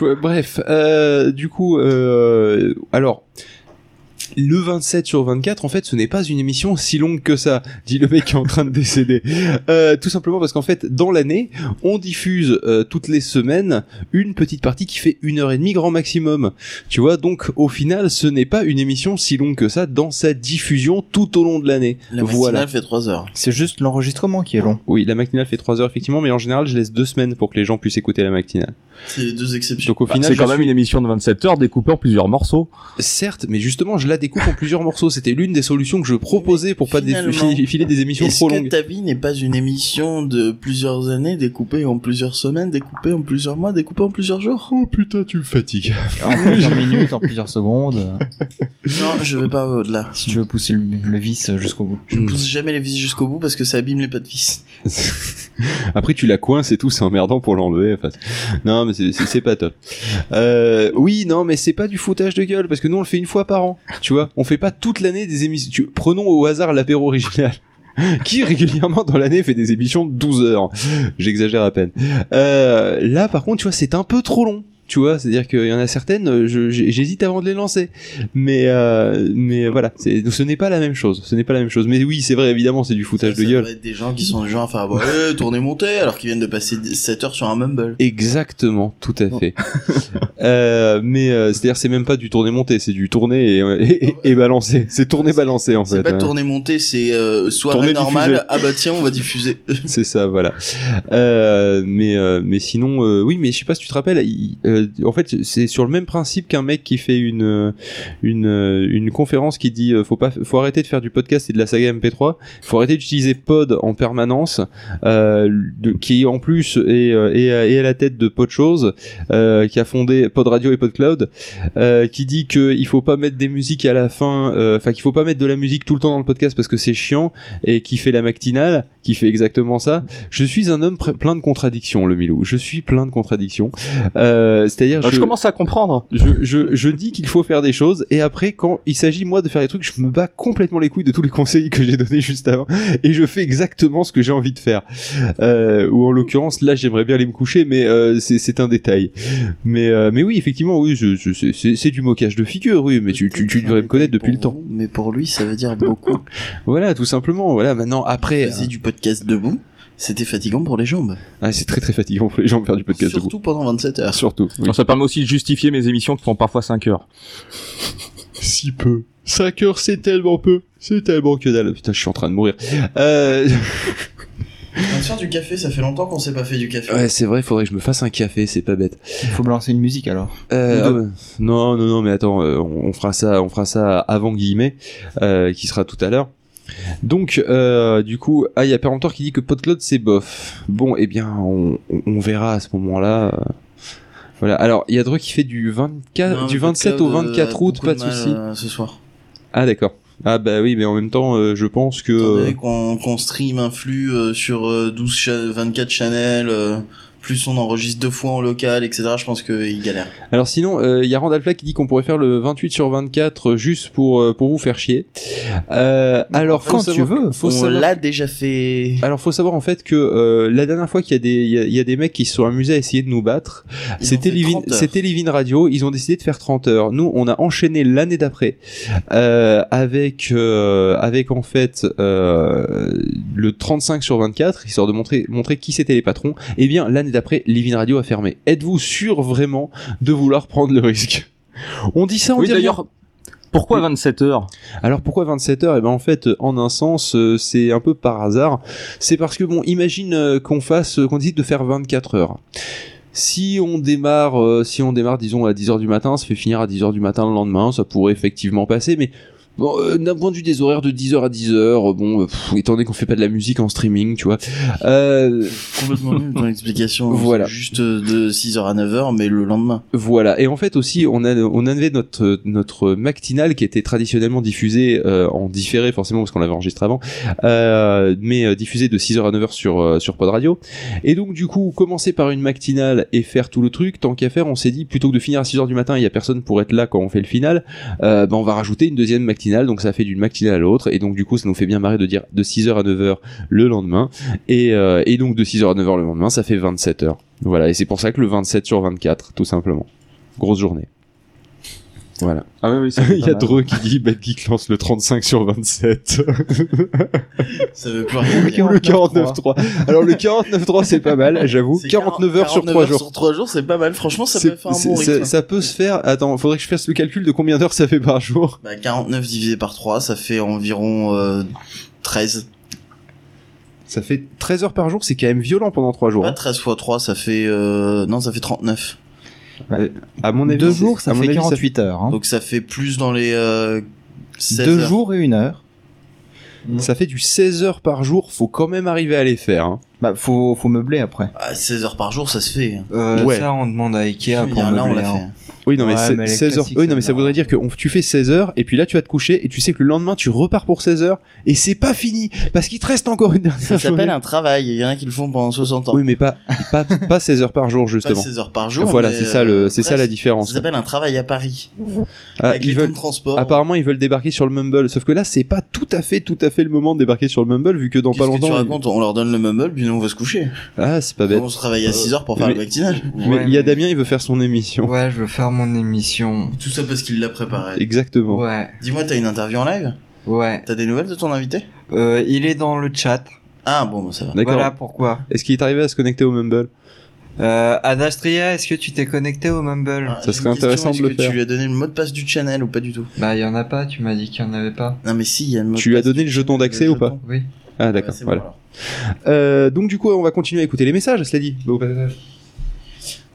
[SPEAKER 4] Ouais, Bref, euh, du coup, euh, alors. Le 27 sur 24, en fait, ce n'est pas une émission si longue que ça, dit le mec qui est en train de décéder. Euh, tout simplement parce qu'en fait, dans l'année, on diffuse euh, toutes les semaines une petite partie qui fait une heure et demie grand maximum. Tu vois, donc au final, ce n'est pas une émission si longue que ça dans sa diffusion tout au long de l'année.
[SPEAKER 13] La matinale
[SPEAKER 4] voilà.
[SPEAKER 13] fait 3 heures.
[SPEAKER 4] C'est juste l'enregistrement qui est long. Oui, la matinale fait 3 heures effectivement, mais en général, je laisse deux semaines pour que les gens puissent écouter la matinale.
[SPEAKER 13] C'est les deux exceptions.
[SPEAKER 4] Donc au final,
[SPEAKER 19] Bah, c'est
[SPEAKER 4] je
[SPEAKER 19] quand même
[SPEAKER 4] suis-
[SPEAKER 19] une émission de 27 heures découpée en plusieurs morceaux.
[SPEAKER 4] Certes, mais justement, je la découpe en plusieurs morceaux. C'était l'une des solutions que je proposais pour pas dé-
[SPEAKER 13] Finalement,
[SPEAKER 4] filer- filer des émissions
[SPEAKER 13] est-ce
[SPEAKER 4] trop
[SPEAKER 13] que
[SPEAKER 4] longues.
[SPEAKER 13] ta vie n'est pas une émission de plusieurs années, découpée en plusieurs semaines, découpée en plusieurs mois, découpée en plusieurs jours
[SPEAKER 4] Oh putain, tu me fatigues.
[SPEAKER 5] En plusieurs minutes, en plusieurs secondes.
[SPEAKER 13] Non, je vais pas au-delà.
[SPEAKER 5] Si tu veux pousser le, le vis jusqu'au bout.
[SPEAKER 4] Hmm.
[SPEAKER 13] Je pousse jamais les vis jusqu'au bout parce que ça abîme les pas de vis.
[SPEAKER 4] Après, tu la coinces et tout, c'est emmerdant pour l'enlever. Enfin, non, mais c'est- c'est c'est pas top. Euh, oui, non, mais c'est pas du foutage de gueule parce que nous, on le fait une fois par an. Tu vois, on fait pas toute l'année des émissions. tu- Prenons au hasard l'apéro original. Qui régulièrement dans l'année fait des émissions de 12 heures. J'exagère à peine. Euh, là, par contre, tu vois, c'est un peu trop long. Tu vois, c'est-à-dire qu'il y en a certaines, euh, je- j'- j'hésite avant de les lancer. Mais, euh, mais voilà, c'est- ce n'est pas la même chose. Ce n'est pas la même chose. Mais oui, c'est vrai, évidemment, c'est du foutage de
[SPEAKER 13] Ça
[SPEAKER 4] gueule.
[SPEAKER 13] doit être des gens qui sont des gens à faire bah, eh, tourner monter alors qu'ils viennent de passer 7 heures sur un mumble.
[SPEAKER 4] Exactement, tout à fait. Euh, mais euh, c'est-à-dire c'est même pas du tourner monté, c'est du tourner et, et, et- et balancer. C'est tourner balancé en fait.
[SPEAKER 13] Ah C'est pas
[SPEAKER 4] ouais.
[SPEAKER 13] tourner monter, c'est euh, soirée
[SPEAKER 4] Tourner
[SPEAKER 13] normale.
[SPEAKER 4] diffusée.
[SPEAKER 13] Ah bah tiens, on va diffuser.
[SPEAKER 4] C'est ça, voilà. Euh, mais euh, mais sinon, euh, oui, mais je sais pas si tu te rappelles. il- euh, en fait, c'est sur le même principe qu'un mec qui fait une euh, une euh, une conférence qui dit euh, faut pas faut arrêter de faire du podcast et de la saga MP3. Faut arrêter d'utiliser Pod en permanence, euh, de- qui en plus est, euh, est, à- est à la tête de Pod Chose, euh, qui a fondé Pod Radio et Pod Cloud, euh, qui dit que il faut pas mettre des musiques à la fin, euh, enfin qu'il faut pas mettre de la musique tout le temps dans le podcast parce que c'est chiant et qui fait la matinale, qui fait exactement ça. Je suis un homme pre- plein de contradictions, le Milou. Je suis plein de contradictions. Euh, C'est-à-dire,
[SPEAKER 19] Alors, je commence à comprendre.
[SPEAKER 4] Je, je, je dis qu'il faut faire des choses et après, quand il s'agit moi de faire des trucs, je me bats complètement les couilles de tous les conseils que j'ai donnés juste avant et je fais exactement ce que j'ai envie de faire. Euh, ou en l'occurrence, là, j'aimerais bien aller me coucher, mais euh, c'est c'est un détail. Mais euh, mais oui, effectivement, oui, je- je- c'est- c'est c'est du moquage de figure, oui. Mais tu tu, tu devrais me connaître depuis le temps.
[SPEAKER 13] Mais pour lui, ça veut dire beaucoup.
[SPEAKER 4] voilà, tout simplement. Voilà, maintenant après. hein.
[SPEAKER 13] Faisait du podcast debout, c'était fatigant pour les jambes.
[SPEAKER 4] Ah, c'est très très fatigant pour les gens de faire du podcast.
[SPEAKER 13] Surtout pendant 27 heures.
[SPEAKER 4] Surtout. oui.
[SPEAKER 19] Alors, ça permet aussi de justifier mes émissions qui font parfois 5 heures.
[SPEAKER 4] Si peu. 5 heures, c'est tellement peu. C'est tellement que dalle. Putain, je suis en train de mourir. Euh...
[SPEAKER 13] On va se faire du café, ça fait longtemps qu'on s'est pas fait du café.
[SPEAKER 4] Ouais, c'est vrai, faudrait que je me fasse un café, c'est pas bête.
[SPEAKER 5] Faut me lancer une musique alors.
[SPEAKER 4] Euh,
[SPEAKER 5] Ou
[SPEAKER 4] ah
[SPEAKER 5] deux.
[SPEAKER 4] ouais. non, non, non, mais attends, euh, on, on fera ça, on fera ça avant guillemets, euh, qui sera tout à l'heure. Donc, euh, du coup, ah, il y a Perentor qui dit que PodCloud c'est bof. Bon, eh bien, on, on- on verra à ce moment-là. euh, Voilà. Alors, il y a Dreux qui fait du 24,
[SPEAKER 13] Non,
[SPEAKER 4] du
[SPEAKER 13] le
[SPEAKER 4] 27 au
[SPEAKER 13] podcast, euh,
[SPEAKER 4] 24
[SPEAKER 13] a
[SPEAKER 4] août,
[SPEAKER 13] beaucoup
[SPEAKER 4] pas de
[SPEAKER 13] mal,
[SPEAKER 4] souci.
[SPEAKER 13] euh, ce soir.
[SPEAKER 4] Ah d'accord. Ah bah oui, mais en même temps, euh, je pense que.
[SPEAKER 13] Étant
[SPEAKER 4] euh,
[SPEAKER 13] donné qu'on qu'on stream un flux euh, sur euh, 12 cha- 24 channels, euh, plus on enregistre deux fois en local, etc. Je pense qu'il galère.
[SPEAKER 4] Alors sinon, euh, il y a Randall Flack qui dit qu'on pourrait faire le 28 sur 24 juste pour euh, pour vous faire chier. Euh, alors faut
[SPEAKER 13] Quand tu
[SPEAKER 4] savoir-
[SPEAKER 13] veux.
[SPEAKER 4] faut
[SPEAKER 13] On
[SPEAKER 4] savoir-
[SPEAKER 13] l'a déjà fait.
[SPEAKER 4] Alors faut savoir en fait que euh, la dernière fois qu'il y a des il y a- il y, a des mecs qui se sont amusés à essayer de nous battre, c'était Livin
[SPEAKER 13] 30 heures.
[SPEAKER 4] c'était Livin Radio, ils ont décidé de faire 30 heures. Nous, on a enchaîné l'année d'après euh, avec euh, avec en fait euh, le 35 sur 24, histoire de montrer montrer qui c'était les patrons. Eh bien, l'année d'après, Livin Radio a fermé. Êtes-vous sûr vraiment de vouloir prendre le risque On dit ça, on
[SPEAKER 19] oui,
[SPEAKER 4] dit rien.
[SPEAKER 19] d'ailleurs,
[SPEAKER 22] Pourquoi 27 heures
[SPEAKER 4] Alors pourquoi 27 heures Et ben en fait, en un sens, euh, c'est un peu par hasard. C'est parce que bon, imagine euh, qu'on fasse, euh, qu'on décide de faire 24 heures. Si on démarre, euh, si on démarre, disons à 10 heures du matin, ça fait finir à 10 heures du matin le lendemain, ça pourrait effectivement passer, mais Bon, euh, d'un point de vue des horaires de 10h à 10h, euh, bon, euh, pff, étant donné qu'on fait pas de la musique en streaming, tu vois. Euh...
[SPEAKER 13] Complètement nul dans l'explication. hein.
[SPEAKER 4] Voilà.
[SPEAKER 13] Juste euh, de 6h à 9h, mais le lendemain.
[SPEAKER 4] Voilà. Et en fait aussi, on, a, on avait notre, notre matinale qui était traditionnellement diffusée euh, en différé, forcément, parce qu'on l'avait enregistré avant, euh, mais euh, diffusée de 6h à 9h sur, euh, sur Pod Radio. Et donc, du coup, commencer par une matinale et faire tout le truc, tant qu'à faire, on s'est dit, plutôt que de finir à 6h du matin, il y a personne pour être là quand on fait le final, euh, ben, on va rajouter une deuxième matinale, donc ça fait d'une matinale à l'autre, et donc, du coup, ça nous fait bien marrer de dire de 6h à 9h le lendemain, et, euh, et donc de 6h à 9h le lendemain, ça fait 27h. Voilà, et c'est pour ça que le 27 sur 24, tout simplement. Grosse journée. Voilà.
[SPEAKER 22] Ah oui, oui, c'est
[SPEAKER 4] Il y
[SPEAKER 22] pas
[SPEAKER 4] a
[SPEAKER 22] mal.
[SPEAKER 4] Dreux qui dit Bad Geek lance le 35 sur 27.
[SPEAKER 13] Ça veut plus rien dire.
[SPEAKER 4] Ou le 49.3. Alors le 49.3 c'est pas mal, j'avoue.
[SPEAKER 13] C'est
[SPEAKER 4] 49 heures sur 3
[SPEAKER 13] 49
[SPEAKER 4] jours.
[SPEAKER 13] Sur 3 jours, c'est pas mal. Franchement, ça
[SPEAKER 4] C'est-
[SPEAKER 13] peut faire un
[SPEAKER 4] c'est-
[SPEAKER 13] bon
[SPEAKER 4] ça-
[SPEAKER 13] rythme.
[SPEAKER 4] ça peut se faire. Attends, faudrait que je fasse le calcul de combien d'heures ça fait par jour.
[SPEAKER 13] Bah, 49 divisé par 3, ça fait environ euh, 13.
[SPEAKER 4] Ça fait 13 heures par jour, c'est quand même violent pendant 3 jours.
[SPEAKER 13] Pas 13 fois 3, ça fait... Euh... Non, ça fait 39.
[SPEAKER 4] Euh, À mon avis,
[SPEAKER 5] Deux
[SPEAKER 4] c'est-
[SPEAKER 5] jours, ça
[SPEAKER 4] à mon
[SPEAKER 5] fait
[SPEAKER 4] avis,
[SPEAKER 5] 48 heures. hein.
[SPEAKER 13] Donc ça fait plus dans les... Euh... 16
[SPEAKER 5] Deux
[SPEAKER 13] heures.
[SPEAKER 5] jours et une heure.
[SPEAKER 13] Mm.
[SPEAKER 4] Ça fait du 16 heures par jour, faut quand même arriver à les faire. hein.
[SPEAKER 5] Bah, faut, faut meubler après.
[SPEAKER 13] Ah, 16 heures par jour, ça se fait. hein.
[SPEAKER 6] Euh,
[SPEAKER 4] Ouais.
[SPEAKER 6] Ça, on demande à Ikea pour
[SPEAKER 13] Là, on
[SPEAKER 6] meubler,
[SPEAKER 13] l'a
[SPEAKER 6] hein.
[SPEAKER 13] fait.
[SPEAKER 4] Oui, non, mais,
[SPEAKER 6] Ouais,
[SPEAKER 4] c'est-
[SPEAKER 6] mais les
[SPEAKER 4] 16 heures.
[SPEAKER 6] classiques,
[SPEAKER 4] Oui,
[SPEAKER 6] ça
[SPEAKER 4] non, mais ça
[SPEAKER 6] marche.
[SPEAKER 4] voudrait dire que on- tu fais 16 heures, et puis là, tu vas te coucher, et tu sais que le lendemain, tu repars pour 16 heures, et c'est pas fini, parce qu'il te reste encore une dernière
[SPEAKER 13] Ça s'appelle
[SPEAKER 4] journée.
[SPEAKER 13] un travail. Il y en a qui le font pendant 60 ans.
[SPEAKER 4] Oui, mais pas, pas, pas 16 heures par jour, justement.
[SPEAKER 13] Pas 16 heures par jour.
[SPEAKER 4] Voilà,
[SPEAKER 13] mais,
[SPEAKER 4] c'est ça, le,
[SPEAKER 13] euh,
[SPEAKER 4] c'est ça la
[SPEAKER 13] presque.
[SPEAKER 4] différence.
[SPEAKER 13] Ça s'appelle un travail à Paris.
[SPEAKER 4] Ah,
[SPEAKER 13] Avec
[SPEAKER 4] ils
[SPEAKER 13] les temps
[SPEAKER 4] veulent-
[SPEAKER 13] de transport.
[SPEAKER 4] Apparemment, ils veulent débarquer sur le Mumble, sauf que là, c'est pas tout à fait, tout à fait le moment de débarquer sur le Mumble, vu que dans
[SPEAKER 13] Qu'est-ce
[SPEAKER 4] pas
[SPEAKER 13] que
[SPEAKER 4] longtemps.
[SPEAKER 13] tu
[SPEAKER 4] ils-
[SPEAKER 13] racontes On leur donne le mumble, puis nous on va se coucher.
[SPEAKER 4] Ah, c'est pas bête.
[SPEAKER 13] On se travaille à 6 heures pour faire
[SPEAKER 4] Mais-
[SPEAKER 13] le vaccinage.
[SPEAKER 4] Mais
[SPEAKER 6] Ouais,
[SPEAKER 4] il y a
[SPEAKER 6] mais-
[SPEAKER 4] Damien, il veut faire son émission.
[SPEAKER 6] Ouais, je veux faire mon émission.
[SPEAKER 13] Tout ça parce qu'il l'a préparé.
[SPEAKER 4] Exactement.
[SPEAKER 6] Ouais,
[SPEAKER 13] Dis-moi, t'as une interview en live
[SPEAKER 6] ouais.
[SPEAKER 13] T'as des nouvelles de ton invité
[SPEAKER 6] Euh, il est dans le chat.
[SPEAKER 13] Ah bon, bah, ça va.
[SPEAKER 4] D'accord.
[SPEAKER 6] Voilà pourquoi.
[SPEAKER 4] Est-ce qu'il est arrivé à se connecter au Mumble
[SPEAKER 6] Euh, Adastria, est-ce que tu t'es connecté au Mumble
[SPEAKER 13] Ah, j'ai
[SPEAKER 4] Ça serait
[SPEAKER 13] une question,
[SPEAKER 4] intéressant de
[SPEAKER 13] est-ce
[SPEAKER 4] le
[SPEAKER 13] que
[SPEAKER 4] faire.
[SPEAKER 13] Tu lui as donné le mot de passe du channel ou pas du tout
[SPEAKER 6] Bah, il y en a pas, tu m'as dit qu'il y en avait pas.
[SPEAKER 13] Non, mais si, il y a le mot de
[SPEAKER 4] Tu lui as
[SPEAKER 13] passe
[SPEAKER 4] donné
[SPEAKER 13] du
[SPEAKER 4] le jeton
[SPEAKER 13] channel,
[SPEAKER 4] d'accès ou pas
[SPEAKER 6] Oui.
[SPEAKER 4] Ah,
[SPEAKER 13] Ouais,
[SPEAKER 4] d'accord,
[SPEAKER 13] c'est bon,
[SPEAKER 4] voilà.
[SPEAKER 13] alors.
[SPEAKER 4] Euh, donc, du coup, on va continuer à écouter les messages, cela dit. Au
[SPEAKER 6] bah,
[SPEAKER 4] passage.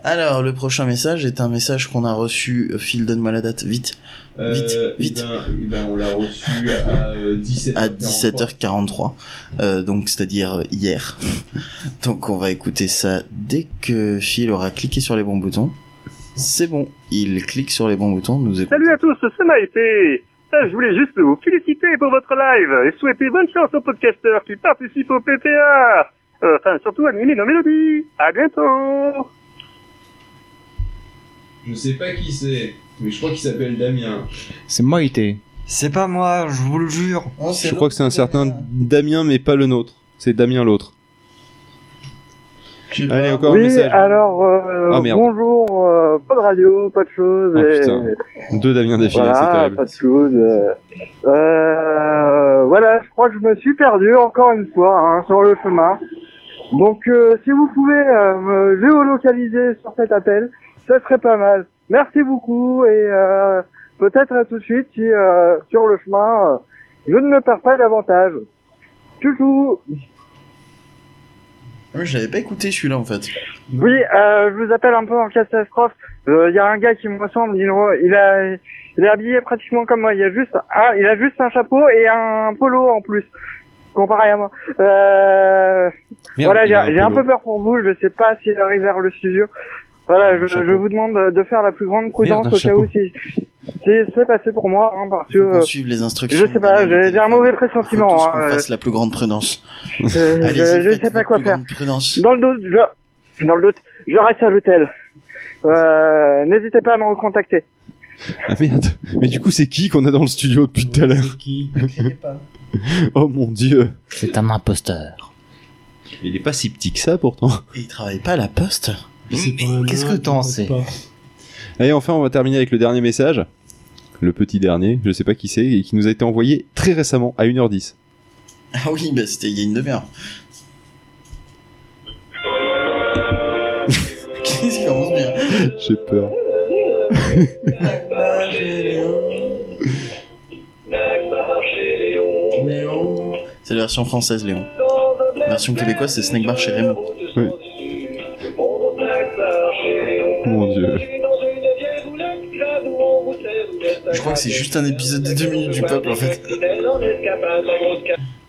[SPEAKER 13] Alors, le prochain message est un message qu'on a reçu. Euh, Phil, donne-moi la date, vite. Vite,
[SPEAKER 14] Euh, eh
[SPEAKER 13] vite.
[SPEAKER 14] ben, on l'a reçu à euh, 17h.
[SPEAKER 13] à 17h43, euh, donc c'est-à-dire hier. donc on va écouter ça dès que Phil aura cliqué sur les bons boutons. C'est bon, il clique sur les bons boutons, nous écoutons.
[SPEAKER 11] Salut à tous, c'est Maïté. Ah, Je voulais juste vous féliciter pour votre live et souhaiter bonne chance aux podcasteurs qui participent au PTA. Euh, Enfin, surtout animer nos mélodies. À bientôt.
[SPEAKER 14] Je sais pas qui c'est, mais je crois qu'il s'appelle Damien.
[SPEAKER 5] C'est Moïté.
[SPEAKER 6] C'est pas moi, je vous le jure.
[SPEAKER 4] Je crois que c'est un certain Damien, mais pas le nôtre. C'est Damien l'autre. Allez, encore un
[SPEAKER 11] oui,
[SPEAKER 4] message.
[SPEAKER 11] alors, euh,
[SPEAKER 4] Ah, merde.
[SPEAKER 11] bonjour, euh, pas de radio, pas de choses.
[SPEAKER 4] Ah,
[SPEAKER 11] et-
[SPEAKER 4] putain. Deux Damien défilés, c'est
[SPEAKER 11] Voilà,
[SPEAKER 4] terrible.
[SPEAKER 11] pas de choses. euh. Euh, voilà, je crois que je me suis perdu encore une fois hein, sur le chemin. Donc, euh, si vous pouvez euh, me géolocaliser sur cet appel, ça serait pas mal. Merci beaucoup et euh, peut-être à tout de suite si euh, sur le chemin, euh, je ne me perds pas davantage. Tchou
[SPEAKER 13] Ah, mais je l'avais pas écouté celui-là en fait.
[SPEAKER 11] Oui, euh, je vous appelle un peu en catastrophe. Il y a un gars qui me ressemble. Il, re- il a, il est habillé pratiquement comme moi. Il a juste, un, il a juste un chapeau et un polo en plus, comparé à moi. Euh,
[SPEAKER 4] Merde,
[SPEAKER 11] voilà,
[SPEAKER 4] il a un
[SPEAKER 11] j'ai j'ai un
[SPEAKER 4] polo.
[SPEAKER 11] peu peur pour vous. Je sais pas s'il arrive vers le studio. Voilà, je, je vous demande de faire la plus grande prudence
[SPEAKER 13] Merde, un
[SPEAKER 11] au cas où si, si c'est passé pour moi, hein, parce que
[SPEAKER 13] Faut qu'on
[SPEAKER 11] euh,
[SPEAKER 13] suive les instructions.
[SPEAKER 11] je sais pas, j'ai j'ai un mauvais
[SPEAKER 13] Faut tous
[SPEAKER 11] pressentiment.
[SPEAKER 13] qu'on
[SPEAKER 11] hein,
[SPEAKER 13] fasse la plus grande prudence.
[SPEAKER 11] euh,
[SPEAKER 13] Allez-y,
[SPEAKER 11] je- je
[SPEAKER 13] faites
[SPEAKER 11] sais pas
[SPEAKER 13] votre
[SPEAKER 11] quoi
[SPEAKER 13] plus
[SPEAKER 11] faire.
[SPEAKER 13] grande Prudence.
[SPEAKER 11] Dans le doute, je, dans le doute, je reste à l'hôtel. Euh, N'hésitez pas à me recontacter.
[SPEAKER 4] Ah merde. Mais du coup, c'est qui qu'on a dans le studio depuis tout à l'heure
[SPEAKER 8] Qui
[SPEAKER 4] Oh mon dieu.
[SPEAKER 23] C'est un imposteur.
[SPEAKER 4] Il est pas si petit que ça pourtant.
[SPEAKER 13] Et il travaille pas à la poste Hmm,
[SPEAKER 6] Qu'est-ce que t'en sais
[SPEAKER 4] Allez, enfin, on va terminer avec le dernier message. Le petit dernier, je sais pas qui c'est, et qui nous a été envoyé très récemment à 1h10.
[SPEAKER 13] Ah oui, bah c'était il y a une demi-heure. Qu'est-ce qui commence bien
[SPEAKER 4] J'ai peur.
[SPEAKER 13] C'est la version française, Léon. La version québécoise, c'est Snack Bar chez Raymond.
[SPEAKER 4] Mon dieu.
[SPEAKER 13] Je crois que c'est juste un épisode des deux minutes du peuple, en fait.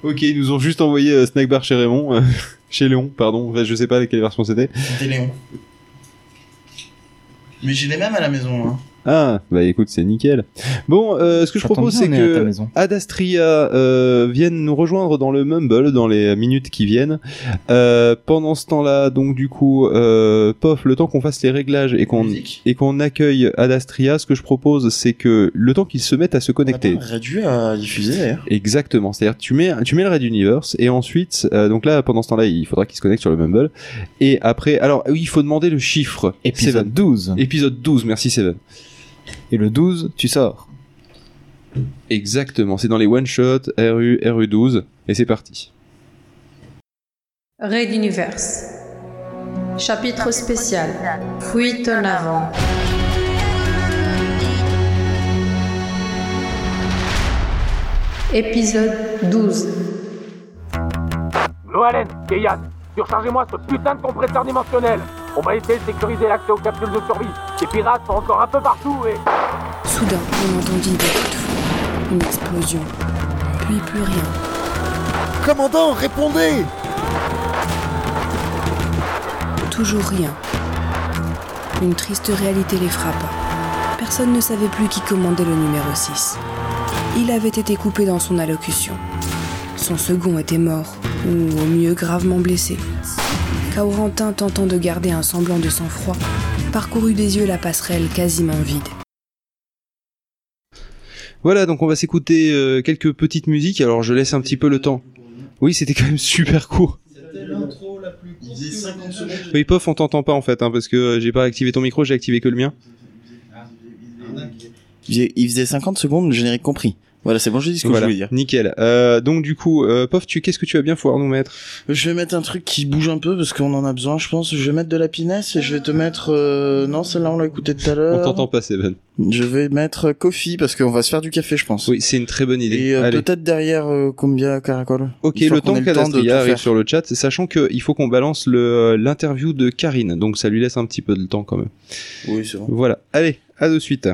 [SPEAKER 4] Ok, ils nous ont juste envoyé euh, Snack Bar chez Raymond, euh, chez Léon, pardon. Enfin, je sais pas quelle version c'était.
[SPEAKER 13] C'était Léon. Mais j'ai les mêmes à la maison, hein.
[SPEAKER 4] Ah, bah écoute, c'est nickel. Bon, euh, ce que je
[SPEAKER 5] J'entends
[SPEAKER 4] propose,
[SPEAKER 5] bien,
[SPEAKER 4] c'est
[SPEAKER 5] on est à ta
[SPEAKER 4] que
[SPEAKER 5] maison.
[SPEAKER 4] Adastria euh, vienne nous rejoindre dans le Mumble dans les minutes qui viennent. Euh, pendant ce temps-là, donc du coup, euh, pof, le temps qu'on fasse les réglages et qu'on et qu'on accueille Adastria, ce que je propose, c'est que le temps qu'ils se mettent à se connecter.
[SPEAKER 13] Réduit à diffuser, d'ailleurs.
[SPEAKER 4] Exactement. C'est-à-dire, tu mets, tu mets le Red Universe et ensuite, euh, donc là, pendant ce temps-là, il faudra qu'il se connecte sur le Mumble. Et après, alors, oui, il faut demander le chiffre.
[SPEAKER 5] Épisode
[SPEAKER 4] 12. Épisode 12, merci Seven. Et le 12, tu sors. Exactement, c'est dans les one-shots, RU, RU12, et c'est parti.
[SPEAKER 12] Raid Universe. Chapitre spécial. Fuite en avant. Épisode 12.
[SPEAKER 8] Noalen, Keyan, surchargez-moi ce putain de compresseur dimensionnel On m'a aidé de sécuriser l'accès aux capsules de survie. Les pirates sont encore un peu partout et...
[SPEAKER 24] Soudain, on entendit une petite foudre, une explosion, puis plus rien. Commandant, répondez Toujours rien. Une triste réalité les frappa. Personne ne savait plus qui commandait le numéro 6. Il avait été coupé dans son allocution. Son second était mort, ou au mieux gravement blessé. Kaurentin, tentant de garder un semblant de sang-froid, parcourut des yeux la passerelle quasiment vide.
[SPEAKER 4] Voilà, donc on va s'écouter euh, quelques petites musiques, alors je laisse un petit peu le temps. Oui, c'était quand même super court.
[SPEAKER 13] Il faisait 50 secondes.
[SPEAKER 4] Oui, pof, on t'entend pas en fait, hein, parce que euh, j'ai pas activé ton micro, j'ai activé que le mien.
[SPEAKER 13] Il faisait- il faisait 50 secondes, le générique compris. Voilà, c'est bon, je dis ce que
[SPEAKER 4] Voilà,
[SPEAKER 13] je voulais dire.
[SPEAKER 4] Nickel. Euh, donc du coup, euh, pof, tu, qu'est-ce que tu vas bien pouvoir nous mettre
[SPEAKER 13] Je vais mettre un truc qui bouge un peu parce qu'on en a besoin, je pense. Je vais mettre de la pinesse et je vais te mettre. euh, Non, celle-là, on l'a écoutée tout à l'heure.
[SPEAKER 4] On t'entend pas, Seven.
[SPEAKER 13] Euh, Je vais mettre euh, Kofi parce qu'on va se faire du café, je pense.
[SPEAKER 4] Oui, c'est une très bonne idée.
[SPEAKER 13] Et euh,
[SPEAKER 4] Allez.
[SPEAKER 13] peut-être derrière euh, Cumbia Caracol.
[SPEAKER 4] Ok,
[SPEAKER 13] Histoire
[SPEAKER 4] le
[SPEAKER 13] qu'on
[SPEAKER 4] temps
[SPEAKER 13] ait de
[SPEAKER 4] qu'Adastria
[SPEAKER 13] tout
[SPEAKER 4] arrive
[SPEAKER 13] faire.
[SPEAKER 4] sur le chat, sachant qu'il faut qu'on balance le- euh, l'interview de Karine, donc ça lui laisse un petit peu de temps quand même.
[SPEAKER 13] Oui, c'est bon.
[SPEAKER 4] Voilà, allez, à de suite.